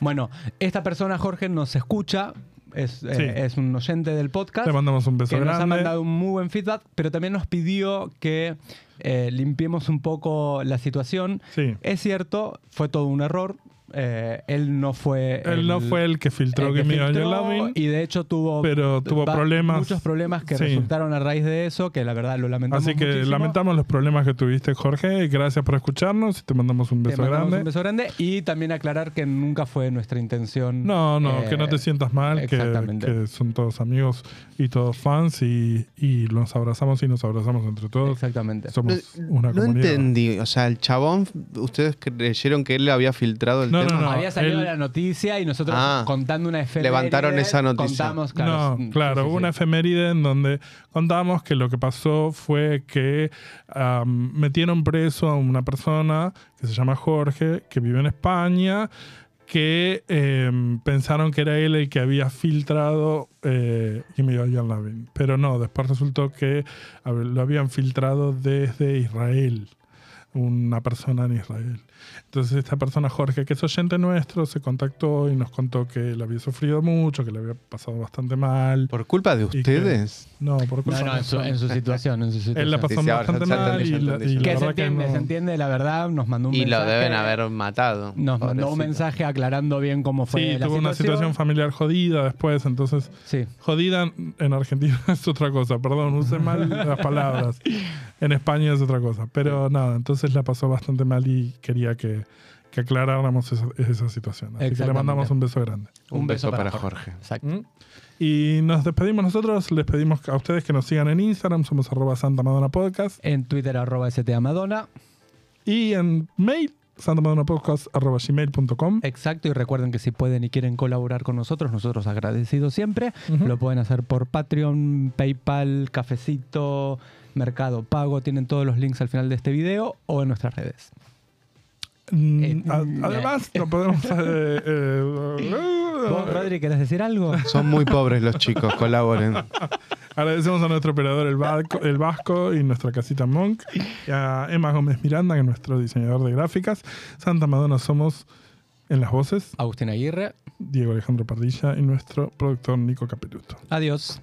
[SPEAKER 8] bueno, esta persona, Jorge, nos escucha, es, eh,
[SPEAKER 7] Sí.
[SPEAKER 8] es un oyente del podcast.
[SPEAKER 7] Te mandamos un beso
[SPEAKER 8] Que nos ha
[SPEAKER 7] grande.
[SPEAKER 8] mandado un muy buen feedback, pero también nos pidió que eh, limpiemos un poco la situación.
[SPEAKER 7] Sí.
[SPEAKER 8] Es cierto, fue todo un error. eh, él no fue.
[SPEAKER 7] Él no fue el que filtró
[SPEAKER 8] el
[SPEAKER 7] que
[SPEAKER 8] que
[SPEAKER 7] me iba
[SPEAKER 8] filtró
[SPEAKER 7] Lovin.
[SPEAKER 8] y de hecho tuvo,
[SPEAKER 7] pero tuvo problemas.
[SPEAKER 8] muchos problemas que
[SPEAKER 7] Sí.
[SPEAKER 8] resultaron a raíz de eso, que la verdad lo lamentamos.
[SPEAKER 7] Así que
[SPEAKER 8] muchísimo.
[SPEAKER 7] lamentamos los problemas que tuviste, Jorge. y Gracias por escucharnos y te mandamos un
[SPEAKER 8] Te
[SPEAKER 7] beso
[SPEAKER 8] mandamos
[SPEAKER 7] grande.
[SPEAKER 8] un beso grande y también aclarar que nunca fue nuestra intención.
[SPEAKER 7] No, no,
[SPEAKER 8] eh,
[SPEAKER 7] que no te sientas mal, que,
[SPEAKER 8] exactamente.
[SPEAKER 7] que son todos amigos y todos fans y, y los abrazamos y nos abrazamos entre todos.
[SPEAKER 8] Exactamente.
[SPEAKER 7] Somos una
[SPEAKER 9] no
[SPEAKER 7] comunidad.
[SPEAKER 9] entendí. O sea, el chabón, ustedes creyeron que él había filtrado el
[SPEAKER 7] No,
[SPEAKER 9] tema.
[SPEAKER 7] no, no.
[SPEAKER 8] Había salido
[SPEAKER 7] él-
[SPEAKER 8] la noticia y nosotros
[SPEAKER 9] Ah.
[SPEAKER 8] contando una efeméride.
[SPEAKER 9] Levantaron esa noticia.
[SPEAKER 8] Contamos, claro.
[SPEAKER 7] no, claro,
[SPEAKER 8] Mm, sí, sí,
[SPEAKER 7] hubo una
[SPEAKER 8] sí.
[SPEAKER 7] efeméride en donde contábamos que lo que pasó fue que am, metieron preso a una persona que se llama Jorge, que vive en España, que em, pensaron que era él el que había filtrado eh, y me John Lavin. Pero no, después resultó que a ver, lo habían filtrado desde Israel una persona en Israel. Entonces esta persona, Jorge, que es oyente nuestro, se contactó y nos contó que él había sufrido mucho, que le había pasado bastante mal.
[SPEAKER 9] Por culpa de
[SPEAKER 7] que-
[SPEAKER 9] ustedes.
[SPEAKER 7] No, por
[SPEAKER 8] No,
[SPEAKER 7] culpa
[SPEAKER 8] no, en su,
[SPEAKER 7] nuestra.
[SPEAKER 8] en su situación, en su
[SPEAKER 7] Él la
[SPEAKER 8] situación.
[SPEAKER 7] pasó
[SPEAKER 9] Sí, sí, ahora
[SPEAKER 7] bastante
[SPEAKER 9] ya
[SPEAKER 7] mal
[SPEAKER 9] entendí,
[SPEAKER 7] y
[SPEAKER 9] ya
[SPEAKER 7] la,
[SPEAKER 9] entendí,
[SPEAKER 7] y
[SPEAKER 9] ya
[SPEAKER 7] la
[SPEAKER 8] que se
[SPEAKER 7] verdad
[SPEAKER 8] entiende,
[SPEAKER 7] no-
[SPEAKER 8] se entiende, la verdad, nos mandó un
[SPEAKER 9] Y
[SPEAKER 8] mensaje.
[SPEAKER 9] lo deben haber matado.
[SPEAKER 8] Nos mandó
[SPEAKER 9] pobrecito.
[SPEAKER 8] un mensaje aclarando bien cómo fue
[SPEAKER 7] Sí,
[SPEAKER 8] la
[SPEAKER 7] tuvo
[SPEAKER 8] situación.
[SPEAKER 7] una situación familiar jodida después, entonces
[SPEAKER 8] Sí.
[SPEAKER 7] jodida en Argentina es otra cosa, perdón, usé mal las palabras. En España es otra cosa, pero nada, entonces la pasó bastante mal y quería que, que aclaráramos esa, esa situación. Así que le
[SPEAKER 8] Exactamente.
[SPEAKER 7] mandamos un beso grande.
[SPEAKER 9] Un, beso, para Jorge.
[SPEAKER 8] Exacto.
[SPEAKER 7] ¿Mm? Y nos despedimos nosotros, les pedimos a ustedes que nos sigan en Instagram, somos arroba Santa Madonna Podcast
[SPEAKER 8] En Twitter, arroba STA Madonna.
[SPEAKER 7] y en mail santamadonnapodcast arroba gmail.com.
[SPEAKER 8] Exacto, y recuerden que si pueden y quieren colaborar con nosotros, nosotros agradecidos siempre, lo pueden hacer por Patreon, PayPal, Cafecito, Mercado Pago, tienen todos los links al final de este video o en nuestras redes.
[SPEAKER 7] Mm,
[SPEAKER 8] Eh,
[SPEAKER 7] a-
[SPEAKER 8] mm,
[SPEAKER 7] Además, no podemos... eh,
[SPEAKER 8] ¿Vos,
[SPEAKER 7] eh,
[SPEAKER 8] Rodri, querés decir algo?
[SPEAKER 9] Son muy pobres los chicos, colaboren.
[SPEAKER 7] Agradecemos a nuestro operador el, Vasco- el Vasco y nuestra casita Monk, y a Emma Gómez Miranda, que es nuestro diseñador de gráficas. Santa Madonna somos en las voces,
[SPEAKER 8] Agustín Aguirre,
[SPEAKER 7] Diego Alejandro Pardilla y nuestro productor Nico Caperuto.
[SPEAKER 8] adiós.